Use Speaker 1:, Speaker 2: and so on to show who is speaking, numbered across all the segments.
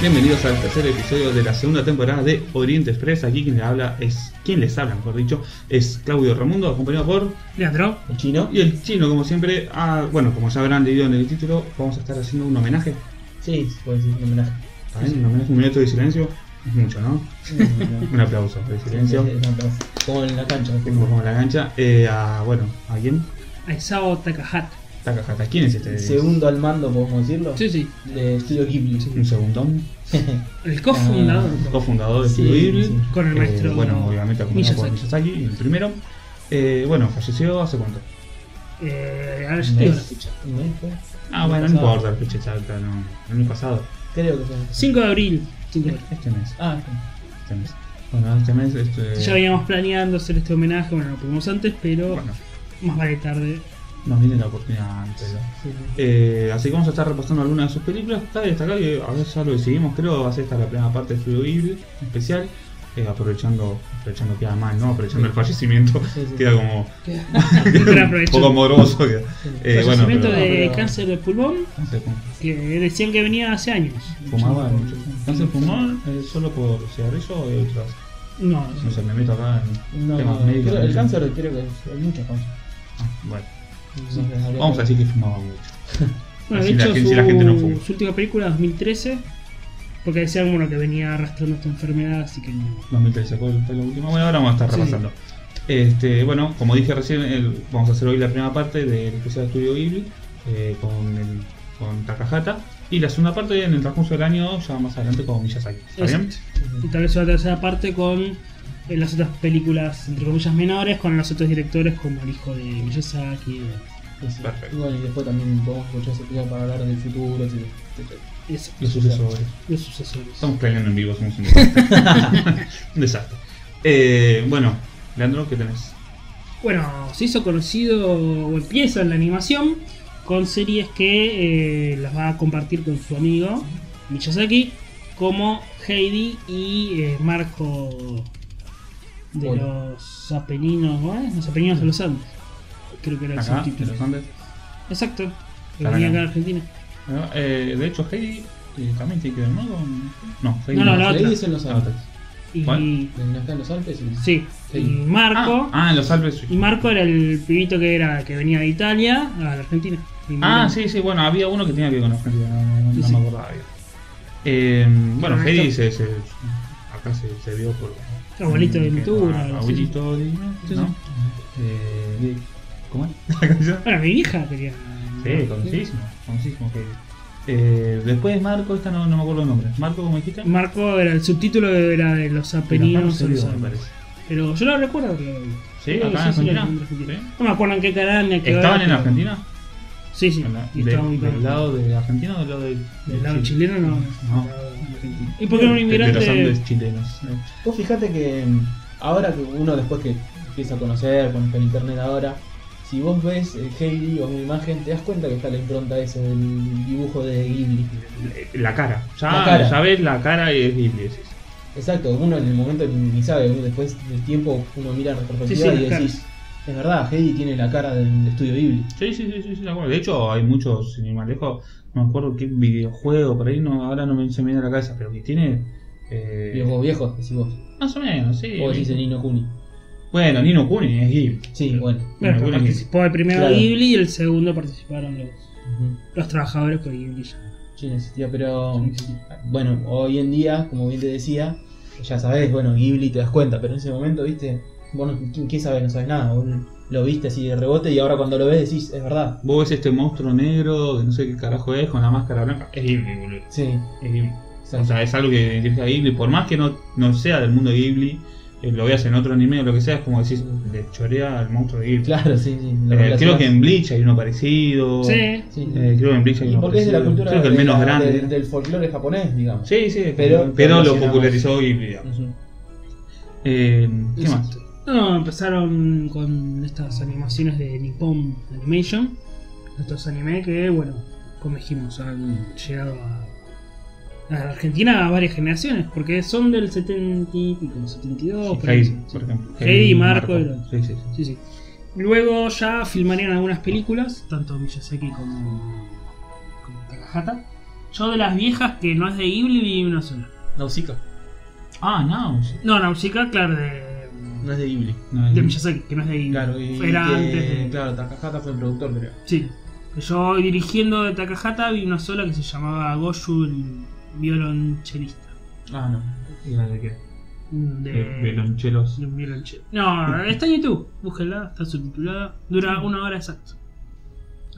Speaker 1: Bienvenidos al tercer episodio de la segunda temporada de Oriente Express. Aquí quien les habla es quien les habla, mejor dicho, es Claudio Ramundo, acompañado por
Speaker 2: Leandro,
Speaker 3: el chino.
Speaker 1: y el chino, como siempre. ah, bueno, como ya habrán leído en el título, vamos a estar haciendo un homenaje.
Speaker 3: Sí, puede ser un homenaje.
Speaker 1: ¿También? Un homenaje, un minuto de silencio. Es mucho, ¿no? Un aplauso de silencio.
Speaker 3: Como en la cancha.
Speaker 1: Como como la gancha. Eh, a, bueno, ¿a quién?
Speaker 2: Aisao Takahata.
Speaker 1: Takahata. ¿Quién es este?
Speaker 3: Segundo al mando, podemos decirlo.
Speaker 2: Sí, sí.
Speaker 3: De Estudio Ghibli.
Speaker 1: Un segundón.
Speaker 2: El cofundador
Speaker 1: Ah, Cofundador de
Speaker 3: Sí,
Speaker 1: Fluidl.
Speaker 3: sí.
Speaker 2: con el
Speaker 1: Eh,
Speaker 2: maestro.
Speaker 1: bueno, obviamente acompañado por
Speaker 2: Miyazaki.
Speaker 1: Miyazaki, el primero. Eh, bueno, falleció hace cuánto.
Speaker 2: Eh, a ver si
Speaker 3: Un
Speaker 2: te digo
Speaker 3: mes,
Speaker 2: la fecha.
Speaker 3: un mes, ¿eh? fue.
Speaker 1: Ah, bueno, no
Speaker 3: Pasado.
Speaker 1: importa el fecha exacta, no. El año pasado.
Speaker 3: Creo que fue.
Speaker 2: 5 de abril. 5 de abril.
Speaker 1: Este mes,
Speaker 3: Ah,
Speaker 1: este mes. Bueno, este mes, este.
Speaker 2: Ya veníamos planeando hacer este homenaje, bueno, lo pudimos antes, pero
Speaker 1: Bueno,
Speaker 2: más vale tarde.
Speaker 1: nos viene la oportunidad antes. ¿no?
Speaker 3: sí.
Speaker 1: Eh, así que vamos a estar repasando algunas de sus películas. Cabe destacar que a ver, ya lo decidimos, creo va a ser esta la primera parte de Fluid especial. eh, aprovechando, aprovechando queda mal, ¿no? Aprovechando el fallecimiento,
Speaker 3: Sí, sí.
Speaker 1: queda como
Speaker 2: Pero
Speaker 1: un
Speaker 2: aprovecho.
Speaker 1: poco amoroso. queda. Eh, bueno,
Speaker 2: Fallecimiento
Speaker 1: pero-
Speaker 2: de
Speaker 3: pero-
Speaker 2: cáncer de pulmón,
Speaker 1: no sé, como-
Speaker 2: que decían que venía hace años.
Speaker 1: Fumaba
Speaker 3: Mucho.
Speaker 1: mucho. Entonces fumar eh, solo por cigarrillo o de otras.
Speaker 2: No,
Speaker 1: No sé, me meto acá en
Speaker 3: No,
Speaker 1: temas médicos.
Speaker 3: creo- el cáncer creo que es- hay muchas cosas.
Speaker 1: Ah, bueno,
Speaker 3: Entonces, habría
Speaker 1: vamos
Speaker 3: que-
Speaker 1: a decir que fumaba mucho.
Speaker 2: bueno, de
Speaker 1: si la
Speaker 2: hecho,
Speaker 1: gente-
Speaker 2: su,
Speaker 1: si la gente no fuma.
Speaker 2: su última película, 2013, porque decían bueno, que venía arrastrando esta enfermedad, así que no.
Speaker 1: 2013 ¿cuál fue la última. Bueno, ahora vamos a estar
Speaker 2: Sí.
Speaker 1: repasando. Este, bueno, como dije recién, el- vamos a hacer hoy la primera parte del especial Estudio Ghibli eh, con, el- con Takahata. Y la segunda parte en el transcurso del año, ya más adelante con Miyazaki. ¿Está bien?
Speaker 2: Exacto. Y tal vez una tercera parte con eh, las otras películas, entre comillas, menores, con los otros directores como el hijo de Miyazaki.
Speaker 3: Sí, sí.
Speaker 1: Perfecto.
Speaker 3: Y bueno, y después también podemos escuchar ese episodio para hablar del futuro. sí.
Speaker 2: y eso,
Speaker 1: Los sucesores.
Speaker 2: los sucesores.
Speaker 1: Estamos planeando en vivo, somos un desastre. un desastre. Eh, bueno, Leandro, ¿qué tenés?
Speaker 2: Bueno, se hizo conocido o empieza en la animación con series que eh, las va a compartir con su amigo Miyazaki, como Heidi y eh, Marco de
Speaker 3: Bueno.
Speaker 2: los Apeninos, ¿no es? Los Apeninos de los Andes. Creo que era el
Speaker 1: Acá, de
Speaker 2: subtítulo.
Speaker 1: los Andes.
Speaker 2: Exacto, que
Speaker 1: Acá,
Speaker 2: venía acá
Speaker 1: acá.
Speaker 2: en Argentina.
Speaker 1: Bueno, eh, de hecho, Heidi eh, también tiene que ver, ¿no? Con- No, Heidi
Speaker 2: No, no, la
Speaker 3: Ahí
Speaker 2: otra.
Speaker 3: dicen los
Speaker 1: La otra.
Speaker 3: Alpes.
Speaker 2: Y,
Speaker 1: ¿Cuál?
Speaker 3: En- Acá en los Alpes. y-
Speaker 2: sí,
Speaker 3: Sí.
Speaker 2: y Marco.
Speaker 1: Ah, ah, en los Alpes. sí.
Speaker 2: Y Marco era el pibito que era que venía de Italia a la Argentina. Y
Speaker 1: Ah,
Speaker 2: mira,
Speaker 1: sí, sí, bueno, había uno que tenía que ver con Argentina, no, no, no
Speaker 2: Sí, sí.
Speaker 1: me acordaba bien. Eh, bueno,
Speaker 2: Bueno,
Speaker 1: Heidi
Speaker 2: esto-
Speaker 1: se, se- acá se, se vio por.
Speaker 2: Abuelito de
Speaker 1: eh,
Speaker 2: Ventura,
Speaker 1: ah,
Speaker 2: algo así.
Speaker 1: Abuelito de
Speaker 2: Sí,
Speaker 1: ¿no?
Speaker 2: sí.
Speaker 1: Eh, de- ¿Cómo es la canción?
Speaker 2: Bueno, mi hija quería.
Speaker 1: Sí, conocidísimo, conocidísimo Heidi. Eh, después Marco, esta no, no me acuerdo el nombre. Marco, ¿cómo dijiste?
Speaker 2: Marco era el subtítulo era de los
Speaker 1: Marco
Speaker 2: Apeninos.
Speaker 1: se
Speaker 2: o los
Speaker 1: vio, me
Speaker 2: Andes.
Speaker 1: parece.
Speaker 2: Pero yo lo recuerdo que
Speaker 1: Sí,
Speaker 2: Creo que
Speaker 1: acá en
Speaker 2: sí, sí, lo
Speaker 1: Argentina.
Speaker 2: vi en Argentina.
Speaker 1: Sí.
Speaker 2: No me acuerdo en qué canal ni a qué
Speaker 1: ¿Estaban
Speaker 2: hora,
Speaker 1: en
Speaker 2: pero-
Speaker 1: Argentina?
Speaker 2: Sí, sí.
Speaker 1: Del-
Speaker 2: y estaba
Speaker 1: del,
Speaker 2: ubicado.
Speaker 1: lado de Argentina o del lado del,
Speaker 2: Del lado chileno no.
Speaker 1: No.
Speaker 2: del lado argentino. ¿Y por qué era un
Speaker 1: De- de los
Speaker 2: inmigrante?
Speaker 1: Andes chilenos. eh.
Speaker 3: Vos fijate que mm, ahora que uno después que empieza a conocer con con internet ahora, si vos ves eh, Heidi o una imagen, te das cuenta que está la impronta esa del dibujo de Ghibli.
Speaker 1: La cara. Ya,
Speaker 3: La cara.
Speaker 1: ya ves la cara y es Ghibli. sí, sí.
Speaker 3: Exacto, uno en el momento ni ni sabe, uno después del tiempo uno mira en retrospectiva
Speaker 2: Sí, sí,
Speaker 3: y
Speaker 2: las
Speaker 3: decís, es verdad, Heidi tiene la cara del estudio Ghibli.
Speaker 1: Sí, sí, sí, sí, sí, de acuerdo. De hecho, hay muchos, sin ir más lejos, no me acuerdo qué videojuego, por ahí no, ahora no me se me viene a la cabeza, pero que tiene. eh,
Speaker 3: Viejos viejos, decís vos.
Speaker 1: más o menos, sí.
Speaker 3: Vos decís el Nino Kuni.
Speaker 1: Bueno, Nino Kuni es Ghibli.
Speaker 3: Sí, bueno.
Speaker 2: Bueno,
Speaker 1: Bueno,
Speaker 2: pero participó el primero
Speaker 3: Claro.
Speaker 2: Ghibli y el segundo participaron los,
Speaker 3: Ujú.
Speaker 2: los trabajadores con Ghibli.
Speaker 3: Sí, no existía, pero bueno, hoy en día, como bien te decía, ya sabes, bueno, Ghibli te das cuenta, pero en ese momento, viste, vos no, ¿quién- ¿qué sabes? No sabes nada, vos lo viste así de rebote y ahora cuando lo ves decís, es verdad.
Speaker 1: Vos ves este monstruo negro, que no sé qué carajo es, con la máscara blanca. Es Ghibli, boludo.
Speaker 3: Sí,
Speaker 1: Es Ghibli. O
Speaker 3: exacto.
Speaker 1: sea, es algo que identifica a Ghibli. Por más que no, no sea del mundo de Ghibli, eh, lo veas en otro anime o lo que sea, es como decís, le chorea al monstruo de Ghibli.
Speaker 3: claro, sí, sí. lo
Speaker 1: Eh, creo
Speaker 3: relacionás.
Speaker 1: que en Bleach hay uno
Speaker 3: Oh.
Speaker 1: parecido.
Speaker 2: Sí.
Speaker 3: Sí.
Speaker 1: Eh, creo que en Bleach hay
Speaker 3: Y
Speaker 1: uno
Speaker 3: porque es de la
Speaker 1: parecido.
Speaker 3: cultura
Speaker 1: Creo que el
Speaker 3: de
Speaker 1: menos
Speaker 3: la-
Speaker 1: grande.
Speaker 3: del, del folclore japonés, digamos.
Speaker 1: Sí, sí, pero,
Speaker 3: Pero-
Speaker 1: pero lo
Speaker 3: relacionamos.
Speaker 1: popularizó Ghibli. digamos.
Speaker 3: Ujú.
Speaker 1: Eh, ¿Qué más?
Speaker 2: Exacto. No, empezaron con estas animaciones de Nippon Animation. Estos anime que, bueno, como dijimos, han llegado a, a la Argentina a varias generaciones, porque son del 70 y pico, 72. por ahí.
Speaker 1: Heidi, por ejemplo.
Speaker 2: Heidi, Marco, era-
Speaker 1: Sí, sí, sí.
Speaker 2: Sí, sí. Luego ya filmarían algunas películas, tanto Miyazaki como, como Takahata. Yo de las viejas que no es de Ghibli vi una sola.
Speaker 3: Nausicaa.
Speaker 1: Ah, no. sí.
Speaker 2: No, Nausicaa, claro, de,
Speaker 3: No es de Ghibli.
Speaker 1: No,
Speaker 2: de
Speaker 1: el-
Speaker 2: Miyazaki, que no es de Ghibli.
Speaker 3: Claro, y
Speaker 2: Era
Speaker 3: que-
Speaker 2: antes de...
Speaker 3: Claro, Takahata fue el productor, creo.
Speaker 2: Sí. Yo dirigiendo de Takahata vi una sola que se llamaba Goju, el violonchelista.
Speaker 3: Ah, no.
Speaker 1: ¿Y la de
Speaker 2: Eh,
Speaker 1: qué?
Speaker 2: De,
Speaker 1: De violonchelos.
Speaker 2: de un violonchelo. No, está en YouTube. Búsquenla, está subtitulada. Dura una hora exacta.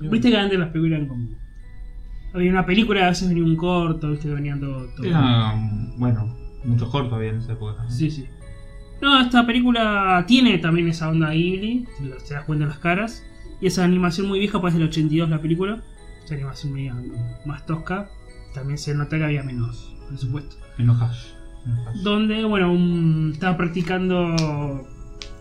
Speaker 2: Viste que antes las películas eran como. Había una película, a veces venía un corto, viste que venían todo. todo.
Speaker 1: Era, um, bueno, mucho corto había en esa época.
Speaker 2: Sí, sí. No, esta película tiene también esa onda Ghibli, te lo- te das cuenta en las caras. Y esa animación muy vieja, pues es del 82 la película. Esa animación media más tosca. También se nota que había menos presupuesto.
Speaker 1: En los hash. En los hash.
Speaker 2: Donde, bueno, un- estaba practicando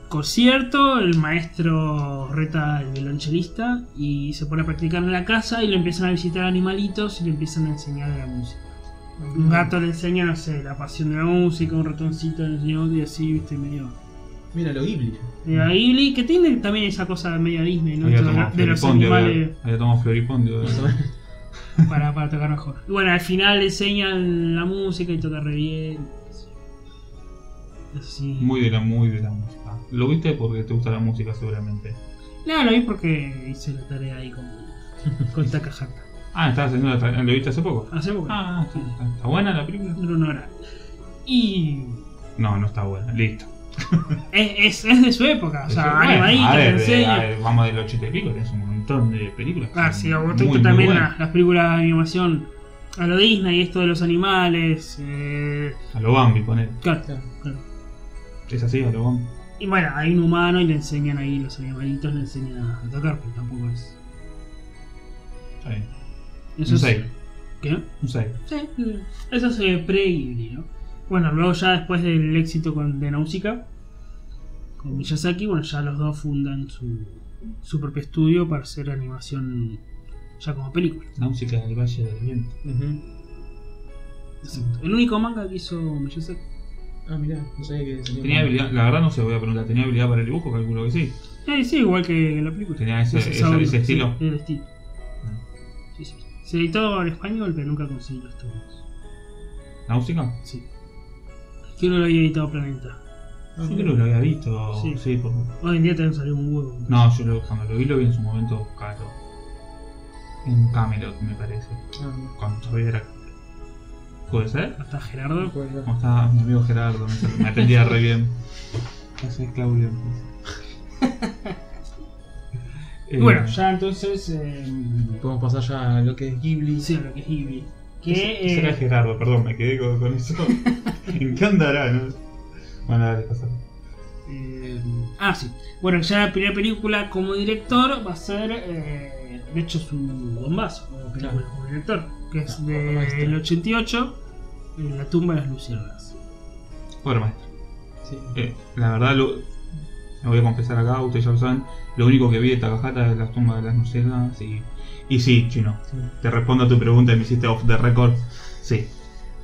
Speaker 2: concierto, el maestro reta al violonchelista y se pone a practicar en la casa y le empiezan a visitar animalitos y le empiezan a enseñar la música. Un gato le enseña, no sé, la pasión de la música, un ratoncito le enseña otro y así, viste, medio.
Speaker 3: Mira, lo Ghibli.
Speaker 2: medio Ghibli, Eh, que tiene también esa cosa media Disney, ¿no?
Speaker 1: Había
Speaker 2: Esto de, la-
Speaker 1: tomado
Speaker 2: de los
Speaker 1: floripondio.
Speaker 2: animales
Speaker 1: había- Había tomado floripondio.
Speaker 3: Más o menos.
Speaker 2: para, para tocar mejor. Y bueno, al final le enseñan la música y toca re bien. Eso sí.
Speaker 1: Muy de la, muy de la música. Lo viste porque te gusta la música seguramente.
Speaker 2: No, lo vi porque hice la tarea ahí con, con Takahata.
Speaker 1: Ah, estabas haciendo la tra- lo viste hace poco.
Speaker 2: Hace poco.
Speaker 1: Ah, está, está- está buena la película.
Speaker 2: Duró una hora. Y.
Speaker 1: No, no está buena. Listo.
Speaker 2: Es, es, es de su época, o sea,
Speaker 1: Bueno,
Speaker 2: animadita,
Speaker 1: a
Speaker 2: te
Speaker 1: ver, de-
Speaker 2: enseña.
Speaker 1: a ver, vamos del 80 y pico, tenés un montón de películas. que
Speaker 2: Ah,
Speaker 1: son
Speaker 2: sí, a vos
Speaker 1: muy,
Speaker 2: te gustan
Speaker 1: muy
Speaker 2: también
Speaker 1: buenas.
Speaker 2: las, las películas de animación a lo Disney, esto de los animales. eh,
Speaker 1: A lo Bambi, poner.
Speaker 2: claro,
Speaker 3: Claro.
Speaker 2: claro.
Speaker 1: Es así, a lo Bambi.
Speaker 2: Y bueno, hay un humano y le enseñan ahí los animalitos, le enseñan a tocar, pero tampoco es.
Speaker 1: Está bien.
Speaker 2: Eso
Speaker 1: un
Speaker 2: es-
Speaker 1: 6.
Speaker 2: ¿Qué?
Speaker 1: Un 6.
Speaker 2: Sí, sí. eso es eh, pre-Ghibli, ¿no? Bueno, luego ya después del éxito con, de Nausicaa, con Miyazaki, bueno, ya los dos fundan su, su propio estudio para hacer animación ya como película.
Speaker 1: La música del Valle del Viento.
Speaker 3: Ujú.
Speaker 2: El único manga que hizo Miyazaki.
Speaker 3: Ah, mirá, no sabía que Ah, salía
Speaker 1: Tenía
Speaker 3: mal.
Speaker 1: habilidad, la verdad no se voy a preguntar, ¿tenía habilidad para el dibujo? Calculo que sí.
Speaker 2: Eh, sí, igual que la película.
Speaker 1: Tenía ese-
Speaker 2: Esa
Speaker 1: ese-
Speaker 2: sauna,
Speaker 1: ese
Speaker 2: sí,
Speaker 1: estilo. Ah.
Speaker 2: el estilo. Sí, sí. Se editó en español, pero nunca conseguí los tomos.
Speaker 1: ¿La música?
Speaker 2: Sí. Quiero lo había editado Planeta.
Speaker 3: Ah,
Speaker 1: Yo creo que lo había visto.
Speaker 2: Sí.
Speaker 1: Sí, por...
Speaker 2: Hoy en día también salió un huevo.
Speaker 1: No, yo lo, cuando lo vi lo vi en su momento caro. En Camelot, me parece.
Speaker 3: Ah,
Speaker 1: Cuando todavía era. ¿Puede ser?
Speaker 2: Hasta
Speaker 3: no
Speaker 2: Gerardo.
Speaker 3: puede ser.
Speaker 1: ¿Cómo está mi amigo Gerardo? Me, me atendía re bien. Gracias, Claudio.
Speaker 3: pues.
Speaker 1: Eh,
Speaker 2: Y bueno, ya entonces. eh,
Speaker 3: Podemos pasar ya a lo que es Ghibli.
Speaker 2: sí, lo que es Ghibli.
Speaker 1: ¿Qué,
Speaker 2: Que,
Speaker 1: qué será
Speaker 2: eh,
Speaker 1: Gerardo? Perdón, me quedé con, con eso. ¿En qué andará? no? Bueno, dale, pasa.
Speaker 2: eh, ah, sí. Bueno, ya la primera película como director va a ser. eh, de hecho, su bombazo como película
Speaker 3: Claro.
Speaker 2: como director. Que es
Speaker 1: Ah,
Speaker 3: No, obra
Speaker 2: del
Speaker 3: maestra.
Speaker 2: 88, en eh, La tumba de las luciérnagas.
Speaker 1: Bueno, maestro.
Speaker 3: Sí.
Speaker 1: eh, la verdad, lo, me voy a confesar acá, ustedes ya lo saben. Lo único que vi de Takahata es las tumbas de las nucelas y. Y sí, chino.
Speaker 3: sí.
Speaker 1: Te respondo a tu pregunta y me hiciste off the record. Sí.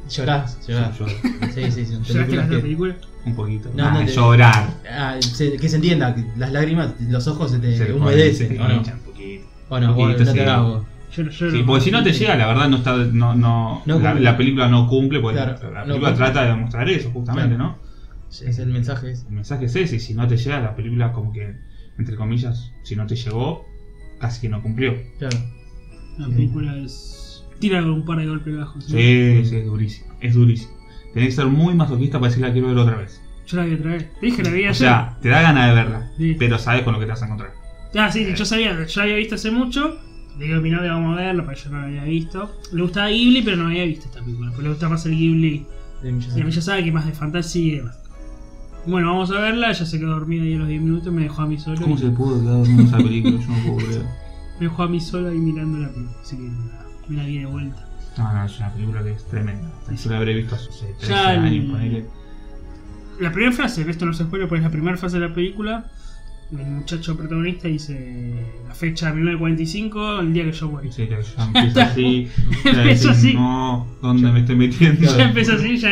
Speaker 3: Llorás, llorás.
Speaker 1: sí, lloro.
Speaker 3: Sí, sí, sí. son
Speaker 2: ¿Lloraste
Speaker 3: películas
Speaker 2: con la
Speaker 3: que-
Speaker 2: película?
Speaker 1: Un poquito.
Speaker 3: No,
Speaker 1: Nah,
Speaker 3: no te-
Speaker 1: Llorar.
Speaker 3: Ah, se- que se entienda, que las lágrimas, los ojos se te
Speaker 1: Se le ponen- se
Speaker 3: humedecen.
Speaker 1: le
Speaker 3: Eh, ¿o no?
Speaker 1: hinchan un poquito.
Speaker 3: Bueno,
Speaker 1: poquito,
Speaker 3: bueno, no
Speaker 1: sí.
Speaker 3: te hago.
Speaker 2: Yo, no- yo
Speaker 1: Sí, porque si no te llega, la verdad no está, no, Mm. no,
Speaker 3: No
Speaker 1: la,
Speaker 3: cumple.
Speaker 1: la película no cumple, porque
Speaker 3: Claro,
Speaker 1: la- la
Speaker 3: no
Speaker 1: película
Speaker 3: cumple.
Speaker 1: trata de mostrar eso, justamente,
Speaker 3: Claro.
Speaker 1: ¿no?
Speaker 3: Es el mensaje es.
Speaker 1: El mensaje es ese, y si no te llega, la película como que, entre comillas, si no te llegó, casi que no cumplió.
Speaker 3: Claro.
Speaker 2: La película es. Tira con un par de golpes bajos. ¿no?
Speaker 1: Sí, sí, es durísimo, es durísimo. Tenés que ser muy masoquista para decir la quiero ver otra vez.
Speaker 2: Yo la vi otra vez. Te dije, la vi ayer.
Speaker 1: O sea, te da ganas de verla,
Speaker 2: Sí.
Speaker 1: pero sabes con lo que te vas a encontrar.
Speaker 2: Ah, sí, sí, yo sabía, yo la había visto hace mucho. Le digo a mi novia, vamos a verla, pero yo no la había visto. Le gustaba Ghibli, pero no había visto esta película. Porque le gusta más el Ghibli
Speaker 3: De
Speaker 2: de
Speaker 3: Miyazaki.
Speaker 2: Miyazaki, más de fantasía y demás. Bueno, vamos a verla. Ella se quedó dormida ahí a los 10 minutos, me dejó a mí solo.
Speaker 1: ¿Cómo
Speaker 2: y-
Speaker 1: se pudo quedar en esa película? Yo no puedo creer.
Speaker 2: Me dejó a mí solo ahí mirando la película. Así que me la, me la vi de vuelta.
Speaker 1: No, no, es una película que es tremenda. Yo la habré visto hace 13
Speaker 2: Ya el-
Speaker 1: años, ponele.
Speaker 2: La primera frase, que esto no se spoiler, porque es la primera frase de la película. El muchacho protagonista dice la fecha 1945, el día que yo morí.
Speaker 1: Sí, ya ya empiezo así. ya decís,
Speaker 2: Empiezo así.
Speaker 1: No, ¿dónde me estoy metiendo?
Speaker 2: Ya empezó así, ya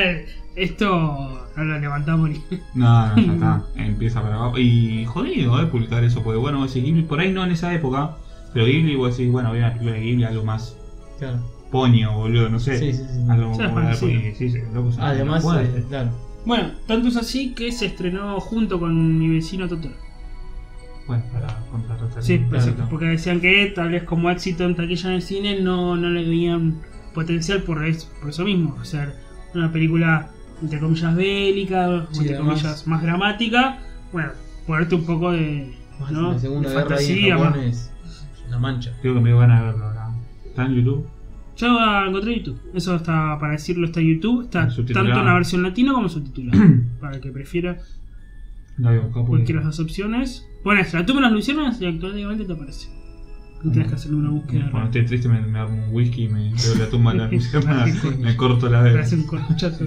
Speaker 2: esto no lo levantamos ni.
Speaker 1: No, no, ya está. Empieza para abajo. Y jodido, ¿eh? Publicar eso, porque bueno, vos decís Ghibli, por ahí no en esa época, pero Ghibli, vos decís, bueno, voy a una película de Ghibli, algo más,
Speaker 3: Claro.
Speaker 1: Ponio, boludo, no sé.
Speaker 3: Sí, sí, sí.
Speaker 1: Algo
Speaker 2: Sí,
Speaker 1: como
Speaker 2: Juan,
Speaker 1: la
Speaker 2: sí.
Speaker 1: Ponio, sí, sí, loco, se-
Speaker 3: Además,
Speaker 1: no puede
Speaker 3: eh,
Speaker 1: ser.
Speaker 3: claro.
Speaker 2: Bueno, tanto es así que se estrenó junto con mi vecino Totoro.
Speaker 1: Bueno, para contrarrestar.
Speaker 2: Sí,
Speaker 1: el-
Speaker 2: pues,
Speaker 1: Claro.
Speaker 2: porque decían que tal vez como éxito en taquilla en el cine no, no le veían potencial por eso, por eso mismo. O sea, una película entre comillas bélica,
Speaker 3: Sí,
Speaker 2: entre
Speaker 3: además-
Speaker 2: comillas más dramática. Bueno, ponerte un poco de,
Speaker 3: Más
Speaker 2: ¿no?
Speaker 3: la Segunda
Speaker 2: de
Speaker 3: Guerra ahí
Speaker 2: fantasía.
Speaker 3: en Japón eh.
Speaker 2: más-
Speaker 3: es una mancha.
Speaker 1: Creo que me dio ganas de verlo ahora. ¿Está en YouTube?
Speaker 2: Yo la encontré en YouTube. Eso está, para decirlo, está en YouTube. Está
Speaker 1: Subtitulado.
Speaker 2: tanto en la versión latina como subtitulada. para el que prefiera
Speaker 1: No había buscado porque-
Speaker 2: cualquiera de las dos opciones. Bueno, esa, tú me las luciernas y actualmente te aparece. No tenés que hacer una búsqueda.
Speaker 1: Cuando estoy triste me, me armo un whisky y me veo la tumba de la luciérnaga, me corto la
Speaker 2: Para hacer
Speaker 1: vez.
Speaker 2: un corchazo.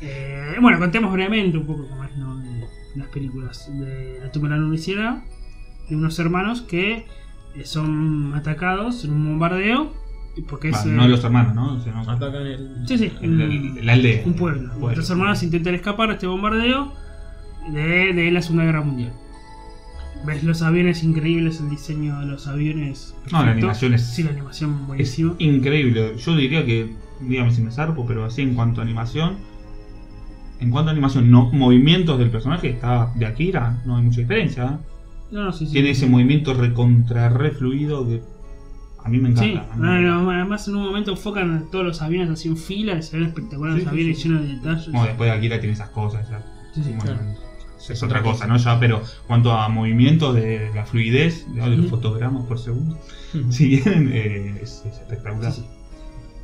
Speaker 2: Eh, bueno, contemos brevemente un poco cómo es ¿no? de las películas de La tumba de la Noviciera, de unos hermanos que eh, son atacados en un bombardeo. y Porque es.
Speaker 1: Va,
Speaker 2: eh,
Speaker 1: Ah, No los hermanos, ¿no? Sino-
Speaker 3: Atacan el.
Speaker 2: sí, sí,
Speaker 1: la,
Speaker 2: en-
Speaker 1: la aldea.
Speaker 2: un pueblo.
Speaker 1: Pueblo.
Speaker 2: Los hermanos intentan escapar de este bombardeo de, de la Segunda Guerra Mundial. Ves los aviones increíbles, el diseño de los aviones.
Speaker 1: No, la
Speaker 2: perfecto.
Speaker 1: animación es-
Speaker 2: Sí, la animación
Speaker 1: Es
Speaker 2: buenísima.
Speaker 1: increíble. Yo diría que, dígame si me zarpo, pero así en cuanto a animación, en cuanto a animación, no, movimientos del personaje, está de Akira, no hay mucha diferencia. ¿eh?
Speaker 2: No, no, sí, sí.
Speaker 1: Tiene ese movimiento recontra refluido que a mí me encanta.
Speaker 2: Sí,
Speaker 1: a mí me
Speaker 2: no,
Speaker 1: encanta.
Speaker 2: no, además en un momento enfocan a todos los aviones así en fila, y se ven espectaculares
Speaker 1: Sí,
Speaker 2: los
Speaker 1: sí,
Speaker 2: aviones
Speaker 1: sí.
Speaker 2: llenos de detalles.
Speaker 1: Bueno, después de Akira tiene esas cosas, ya.
Speaker 2: Sí, sí.
Speaker 1: Bueno,
Speaker 3: claro.
Speaker 1: Es otra cosa, ¿no? Ya, pero cuanto a movimientos de la fluidez, ¿no? de los
Speaker 2: Ujú.
Speaker 1: fotogramas por segundo, si bien eh, es, es espectacular.
Speaker 2: Sí,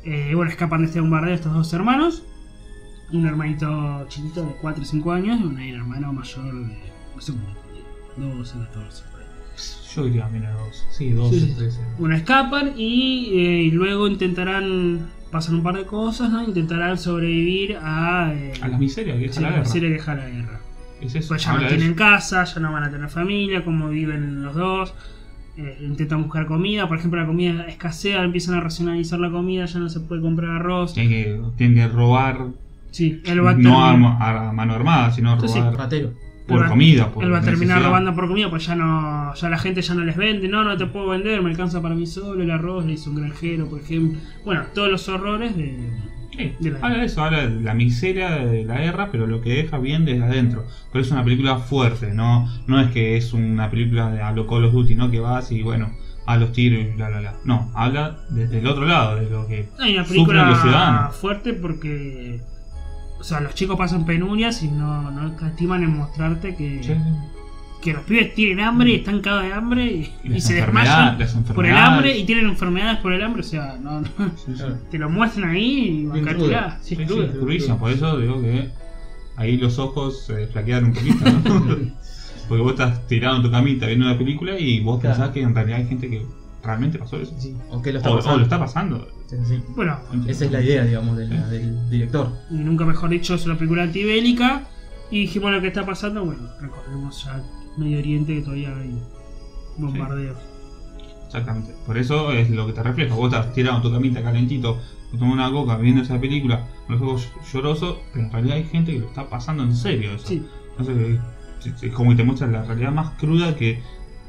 Speaker 2: Eh, bueno, escapan de este bombardeo estos dos hermanos. Un hermanito chiquito de 4 o 5 años y un hermano mayor de, no sé, como de 12 o 14. por ahí.
Speaker 1: Yo diría menos de 12. Sí, 12,
Speaker 2: Sí, sí.
Speaker 1: 13.
Speaker 2: Bueno, escapan y, eh, y luego intentarán, pasan un par de cosas, ¿no? Intentarán sobrevivir a, eh,
Speaker 1: A las miserias que deja
Speaker 2: sí,
Speaker 1: la
Speaker 2: la
Speaker 1: guerra.
Speaker 2: miseria que deja la guerra.
Speaker 1: Es eso.
Speaker 2: Pues ya no
Speaker 1: Habla de
Speaker 2: tienen casa, ya no van a tener familia, cómo viven los dos. Eh, intentan buscar comida, por ejemplo, la comida escasea, empiezan a racionalizar la comida, ya no se puede comprar arroz.
Speaker 1: Tienen que, tienen que robar,
Speaker 2: Sí, él va a
Speaker 1: no a,
Speaker 2: terminar-
Speaker 1: ma- a mano armada, sino
Speaker 2: Sí, sí.
Speaker 1: robar
Speaker 3: Ratero.
Speaker 1: por
Speaker 2: él va-
Speaker 1: comida. Por
Speaker 2: él va a terminar
Speaker 1: necesidad.
Speaker 2: robando por comida, pues ya no ya la gente ya no les vende, no, no te puedo vender, me alcanza para mí solo el arroz, le hizo un granjero, por ejemplo. Bueno, todos los horrores de...
Speaker 1: Sí,
Speaker 2: de la-
Speaker 1: habla de eso, habla de la miseria de la guerra, pero lo que deja bien desde adentro. Pero es una película fuerte, no, no es que es una película de a lo Call of Duty, ¿no? Que vas y bueno, a los tiros y bla bla bla. No, habla desde el otro lado, de lo que.
Speaker 2: Hay una
Speaker 1: Sufren los
Speaker 2: película
Speaker 1: ciudadanos.
Speaker 2: fuerte porque... O sea, los chicos pasan penurias y no, no escatiman en mostrarte que...
Speaker 1: Che,
Speaker 2: que los pibes tienen hambre y están cagados de hambre y,
Speaker 1: y
Speaker 2: y
Speaker 1: las
Speaker 2: se
Speaker 1: enfermedades,
Speaker 2: desmayan
Speaker 1: las
Speaker 2: por el
Speaker 1: enfermedades.
Speaker 2: hambre y tienen enfermedades por el hambre, o sea, no, no,
Speaker 1: Sí, sí.
Speaker 3: Claro.
Speaker 2: te lo muestran ahí y van
Speaker 3: Bien
Speaker 2: a
Speaker 3: crudo.
Speaker 2: tirar. Sí,
Speaker 1: Sí, sí,
Speaker 2: crudo.
Speaker 1: es durísima, por eso digo que ahí los ojos se flaquearon un poquito, ¿no? Porque vos estás tirado en tu camita viendo una película y vos
Speaker 3: Claro.
Speaker 1: pensás que en realidad hay gente que realmente pasó eso.
Speaker 3: Sí. O que
Speaker 1: O-
Speaker 3: lo está
Speaker 1: o
Speaker 3: pasando.
Speaker 1: lo está pasando.
Speaker 3: Sí, sí.
Speaker 2: Bueno,
Speaker 3: Esa es la idea, digamos, de la- del director.
Speaker 2: y nunca mejor dicho, es una película antibélica y dijimos lo que está pasando, bueno, recorremos ya Medio Oriente que todavía hay bombardeos.
Speaker 1: Exactamente. Por eso es lo que te refleja. Vos estás tirado en tu camita calentito, tomando una coca, viendo esa película, con los ojos llorosos, pero en realidad hay gente que lo está pasando en serio eso.
Speaker 2: Sí.
Speaker 1: Entonces, es- es como que te muestra la realidad más cruda que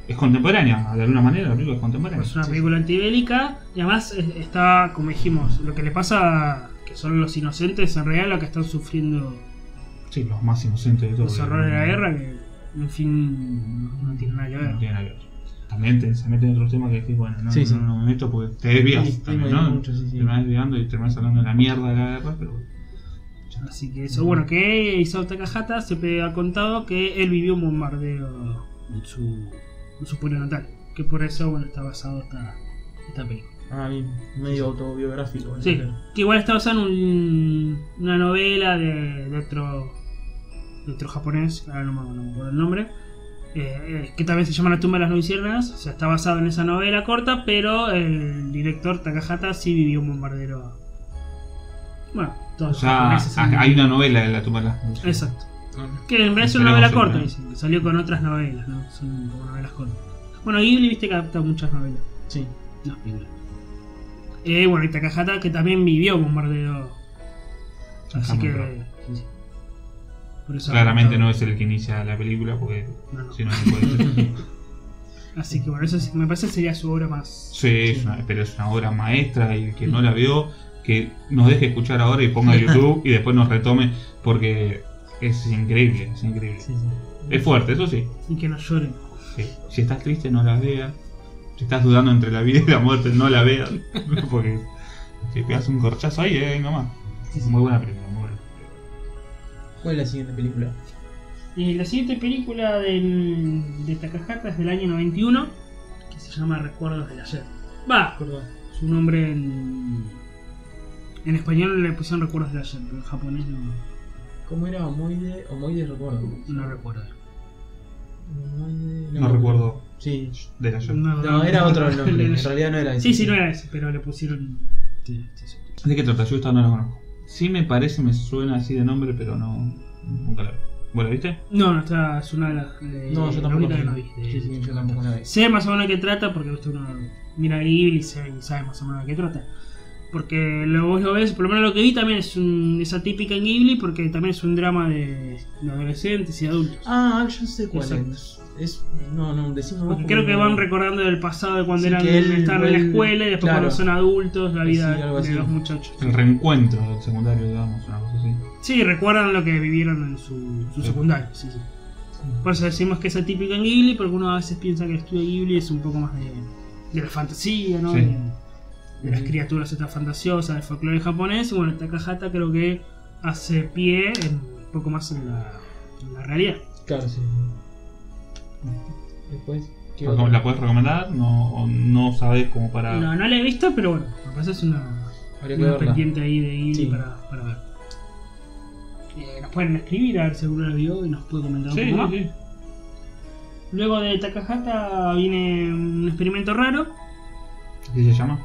Speaker 1: es contemporánea, de alguna manera la película es contemporánea.
Speaker 2: Pues Es una película antibélica y además eh, está, como dijimos, lo que le pasa que son los inocentes en realidad lo que están sufriendo
Speaker 1: Sí, los más inocentes de todos.
Speaker 2: los horrores de la guerra que, en fin, no tienen nada que ver.
Speaker 1: No tiene nada que ver. También te- se meten en otros temas que decís, bueno, no,
Speaker 3: Sí, sí.
Speaker 1: no, no me meto porque te desvías.
Speaker 3: Sí, sí,
Speaker 1: también,
Speaker 3: me
Speaker 1: ¿no?
Speaker 3: mucho, sí, sí.
Speaker 1: Te vas desviando y terminas hablando de la mierda de la guerra, pero bueno.
Speaker 2: Así que eso, bueno, que Isao Takahata siempre ha contado que él vivió un bombardeo en su, en su pueblo natal. Que por eso, bueno, está basado esta, esta película.
Speaker 3: Ah, bien. medio autobiográfico. ¿no?
Speaker 2: Sí, que igual está basado en un- una novela de, de otro de otro japonés, ahora no me, no me acuerdo el nombre, eh, eh, que también se llama La tumba de las noviciernas. O sea, está basado en esa novela corta, pero el director Takahata sí vivió un bombardeo. Bueno,
Speaker 1: O
Speaker 2: todos los
Speaker 1: sea,
Speaker 2: japoneses en-
Speaker 1: hay una novela de la tumba de las mujeres.
Speaker 2: Exacto.
Speaker 3: Ah,
Speaker 2: Que en realidad es una
Speaker 1: Esperemos
Speaker 2: novela
Speaker 1: el
Speaker 2: corta,
Speaker 1: plan.
Speaker 2: dicen, que salió con otras novelas, ¿no? Son como novelas cortas. Bueno, Ghibli viste que adapta muchas novelas,
Speaker 3: Sí.
Speaker 2: las películas. Eh, bueno, y Takahata que también vivió bombardeo. Así
Speaker 1: muy
Speaker 2: que.
Speaker 1: probable.
Speaker 2: sí, sí. Por eso
Speaker 1: Claramente no
Speaker 2: adaptado.
Speaker 1: es el que inicia la película porque
Speaker 2: No, no.
Speaker 1: si no, no puede ser.
Speaker 2: Así que bueno, eso sí, me parece sería su obra más.
Speaker 1: Sí, es una- pero es una obra maestra y que no la vio, que nos deje escuchar ahora y ponga YouTube y después nos retome porque es increíble, es increíble.
Speaker 3: Sí, sí.
Speaker 1: Es fuerte, eso sí.
Speaker 2: Y que no lloren.
Speaker 1: Sí. Si estás triste, no la veas. Si estás dudando entre la vida y la muerte, no la veas. Porque te pegas un corchazo ahí, eh, nomás.
Speaker 3: Sí, sí.
Speaker 1: Muy buena película, muy buena.
Speaker 3: ¿Cuál es la siguiente película?
Speaker 2: Eh, la siguiente película del, de Takahata es del año 91, que se llama Recuerdos del Ayer. Va, perdón. Su nombre en, en español le pusieron Recuerdos del Ayer, pero en japonés no,
Speaker 3: ¿Cómo era? Homoide. Homoide recuerdo.
Speaker 2: no recuerdo.
Speaker 3: Homoide-
Speaker 1: No recuerdo
Speaker 3: Sí.
Speaker 1: de la yo.
Speaker 3: No, era otro nombre. En realidad no era ese.
Speaker 2: Sí, sí, no era ese, pero le pusieron. este,
Speaker 1: ¿De qué trata? Yo esta no la conozco. Sí me parece, me suena así de nombre, pero no. Nunca la vi. ¿Vos la viste?
Speaker 2: No, no, esta es una de las. de-
Speaker 3: Eh, No, yo
Speaker 2: la
Speaker 3: tampoco.
Speaker 2: única que no vi. de-
Speaker 3: Sí, sí, yo tampoco la vi.
Speaker 2: Sé más o menos de qué trata, porque viste uno mira Ghibli y sabe, y sabe más o menos de qué trata. Porque lo, vos lo ves, por lo menos lo que vi también es, un, es atípica en Ghibli, porque también es un drama de, de adolescentes y adultos.
Speaker 3: Ah, yo sé cuál
Speaker 2: Exacto.
Speaker 3: es. es. No, no, decimos
Speaker 2: Porque creo que van recordando del pasado de cuando
Speaker 3: Sí,
Speaker 2: eran
Speaker 3: que él
Speaker 2: estaban en la
Speaker 3: vuelve-
Speaker 2: escuela y después
Speaker 3: claro.
Speaker 2: cuando son adultos, la
Speaker 3: Sí,
Speaker 2: vida
Speaker 3: algo
Speaker 2: de
Speaker 3: así.
Speaker 2: los muchachos.
Speaker 1: El reencuentro del secundario, digamos, una cosa así.
Speaker 2: Sí, recuerdan lo que vivieron en su, su
Speaker 1: Sí.
Speaker 2: secundario. Sí, sí. Por eso decimos que es atípico en Ghibli, porque uno a veces piensa que el estudio Ghibli es un poco más de, de la fantasía, ¿no?
Speaker 1: Sí. Mm.
Speaker 2: De, de las criaturas estas fantasiosas, del folclore japonés. Y bueno, Takahata creo que hace pie en- un poco más en la, en la realidad.
Speaker 3: Claro, sí. Después. ¿qué
Speaker 1: Recom-
Speaker 3: otra?
Speaker 1: ¿La puedes recomendar? No, o no sabes cómo para.
Speaker 2: No, no la he visto, pero bueno, me parece es una,
Speaker 3: Habría que
Speaker 2: una
Speaker 3: verla.
Speaker 2: pendiente ahí de Ghibli
Speaker 3: Sí.
Speaker 2: para, para ver. Eh, nos pueden escribir, a ver si alguno la vio y nos puede comentar un
Speaker 1: Sí,
Speaker 2: poco más.
Speaker 1: sí, sí.
Speaker 2: Luego de Takahata viene un experimento raro,
Speaker 1: ¿Qué se llama?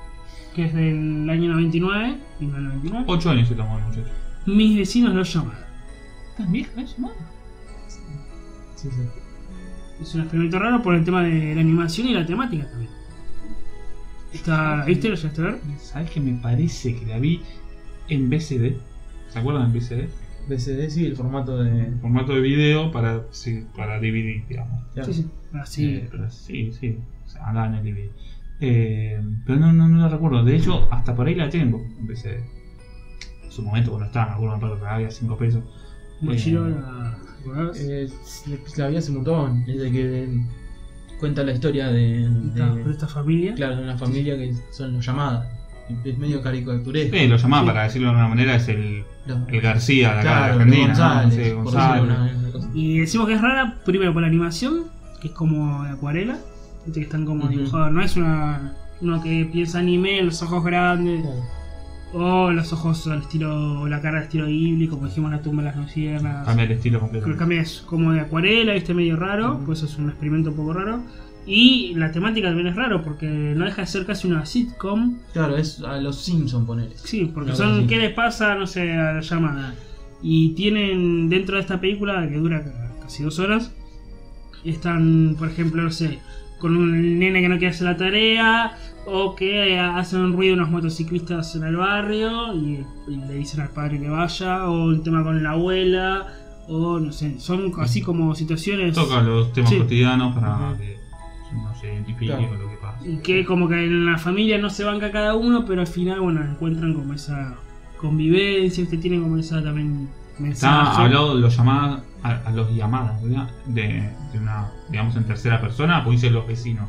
Speaker 2: que es del año 99. 1999.
Speaker 1: Ocho años se tomó el muchacho.
Speaker 2: Mis vecinos lo llaman.
Speaker 1: ¿Estás vieja eso, no?
Speaker 3: Sí, sí.
Speaker 2: Es un experimento raro por el tema de la animación y la temática también. Está, ¿la ¿Viste? ¿Lo llegaste a ver?
Speaker 1: ¿Sabes que me parece que la vi en BCD? ¿Se acuerdan de BCD?
Speaker 3: BCD, sí, el formato de.
Speaker 1: Formato de video para, sí, para DVD, digamos.
Speaker 3: claro.
Speaker 2: Sí, Ah, sí. Así.
Speaker 1: Eh, pero sí, sí. O sea, andaba en el DVD. Eh, pero no, no, no la recuerdo. De hecho, hasta por ahí la tengo en BCD. En su momento, cuando estaba, me acuerdo, me acuerdo que había 5 pesos.
Speaker 2: Mochiro,
Speaker 1: eh,
Speaker 2: la. ¿recordás?
Speaker 3: Eh, la vi hace un montón. Desde que eh, cuenta la historia de.
Speaker 2: Esta-
Speaker 3: de-
Speaker 2: de esta familia.
Speaker 3: Claro, de una familia que son los llamadas. Es medio caricaturesco.
Speaker 1: Eh, lo llamaban
Speaker 2: Sí.
Speaker 1: para decirlo de una manera, es el,
Speaker 3: Los-
Speaker 1: el García de acá
Speaker 3: claro,
Speaker 1: de
Speaker 3: los
Speaker 1: Argentina. ¿no?
Speaker 3: González.
Speaker 1: Sí,
Speaker 3: por
Speaker 1: González.
Speaker 3: decirlo una- una cosa.
Speaker 2: Y decimos que es rara, primero por la animación, que es como de acuarela. Viste que están como
Speaker 3: Ujú.
Speaker 2: dibujados, no es una. Uno que piensa anime, los ojos grandes,
Speaker 3: Claro.
Speaker 2: o Oh, los ojos al estilo, o la cara al estilo Ghibli, como dijimos, la tumba de las luciérnagas.
Speaker 1: Cambia el estilo
Speaker 2: Pero el
Speaker 1: completamente.
Speaker 2: cambio es como de acuarela, viste, medio raro,
Speaker 3: Ujú.
Speaker 2: pues eso es un experimento un poco raro. Y la temática también es raro, porque no deja de ser casi una sitcom.
Speaker 3: Claro, es a los Simpsons poner.
Speaker 2: Sí, porque
Speaker 3: Una cosa
Speaker 2: son
Speaker 3: así.
Speaker 2: qué le pasa, no sé, a la llamada. Y tienen dentro de esta película, que dura ca- casi dos horas, están, por ejemplo, no sé, con un nene que no quiere hacer la tarea, o que eh, hacen un ruido unos motociclistas en el barrio y, y le dicen al padre que vaya, o un tema con la abuela, o no sé, son así como situaciones
Speaker 1: Toca los temas
Speaker 2: Sí.
Speaker 1: cotidianos para
Speaker 3: Ujú.
Speaker 1: que no se identifique
Speaker 3: Claro.
Speaker 1: con lo que pasa.
Speaker 2: y que como que en la familia no se banca cada uno, pero al final, bueno, encuentran como esa convivencia, usted tiene como esa también mensaje.
Speaker 1: Está hablado de los llamadas a, a los llamadas, ¿verdad? De, de una, digamos, en tercera persona, pues dice los vecinos.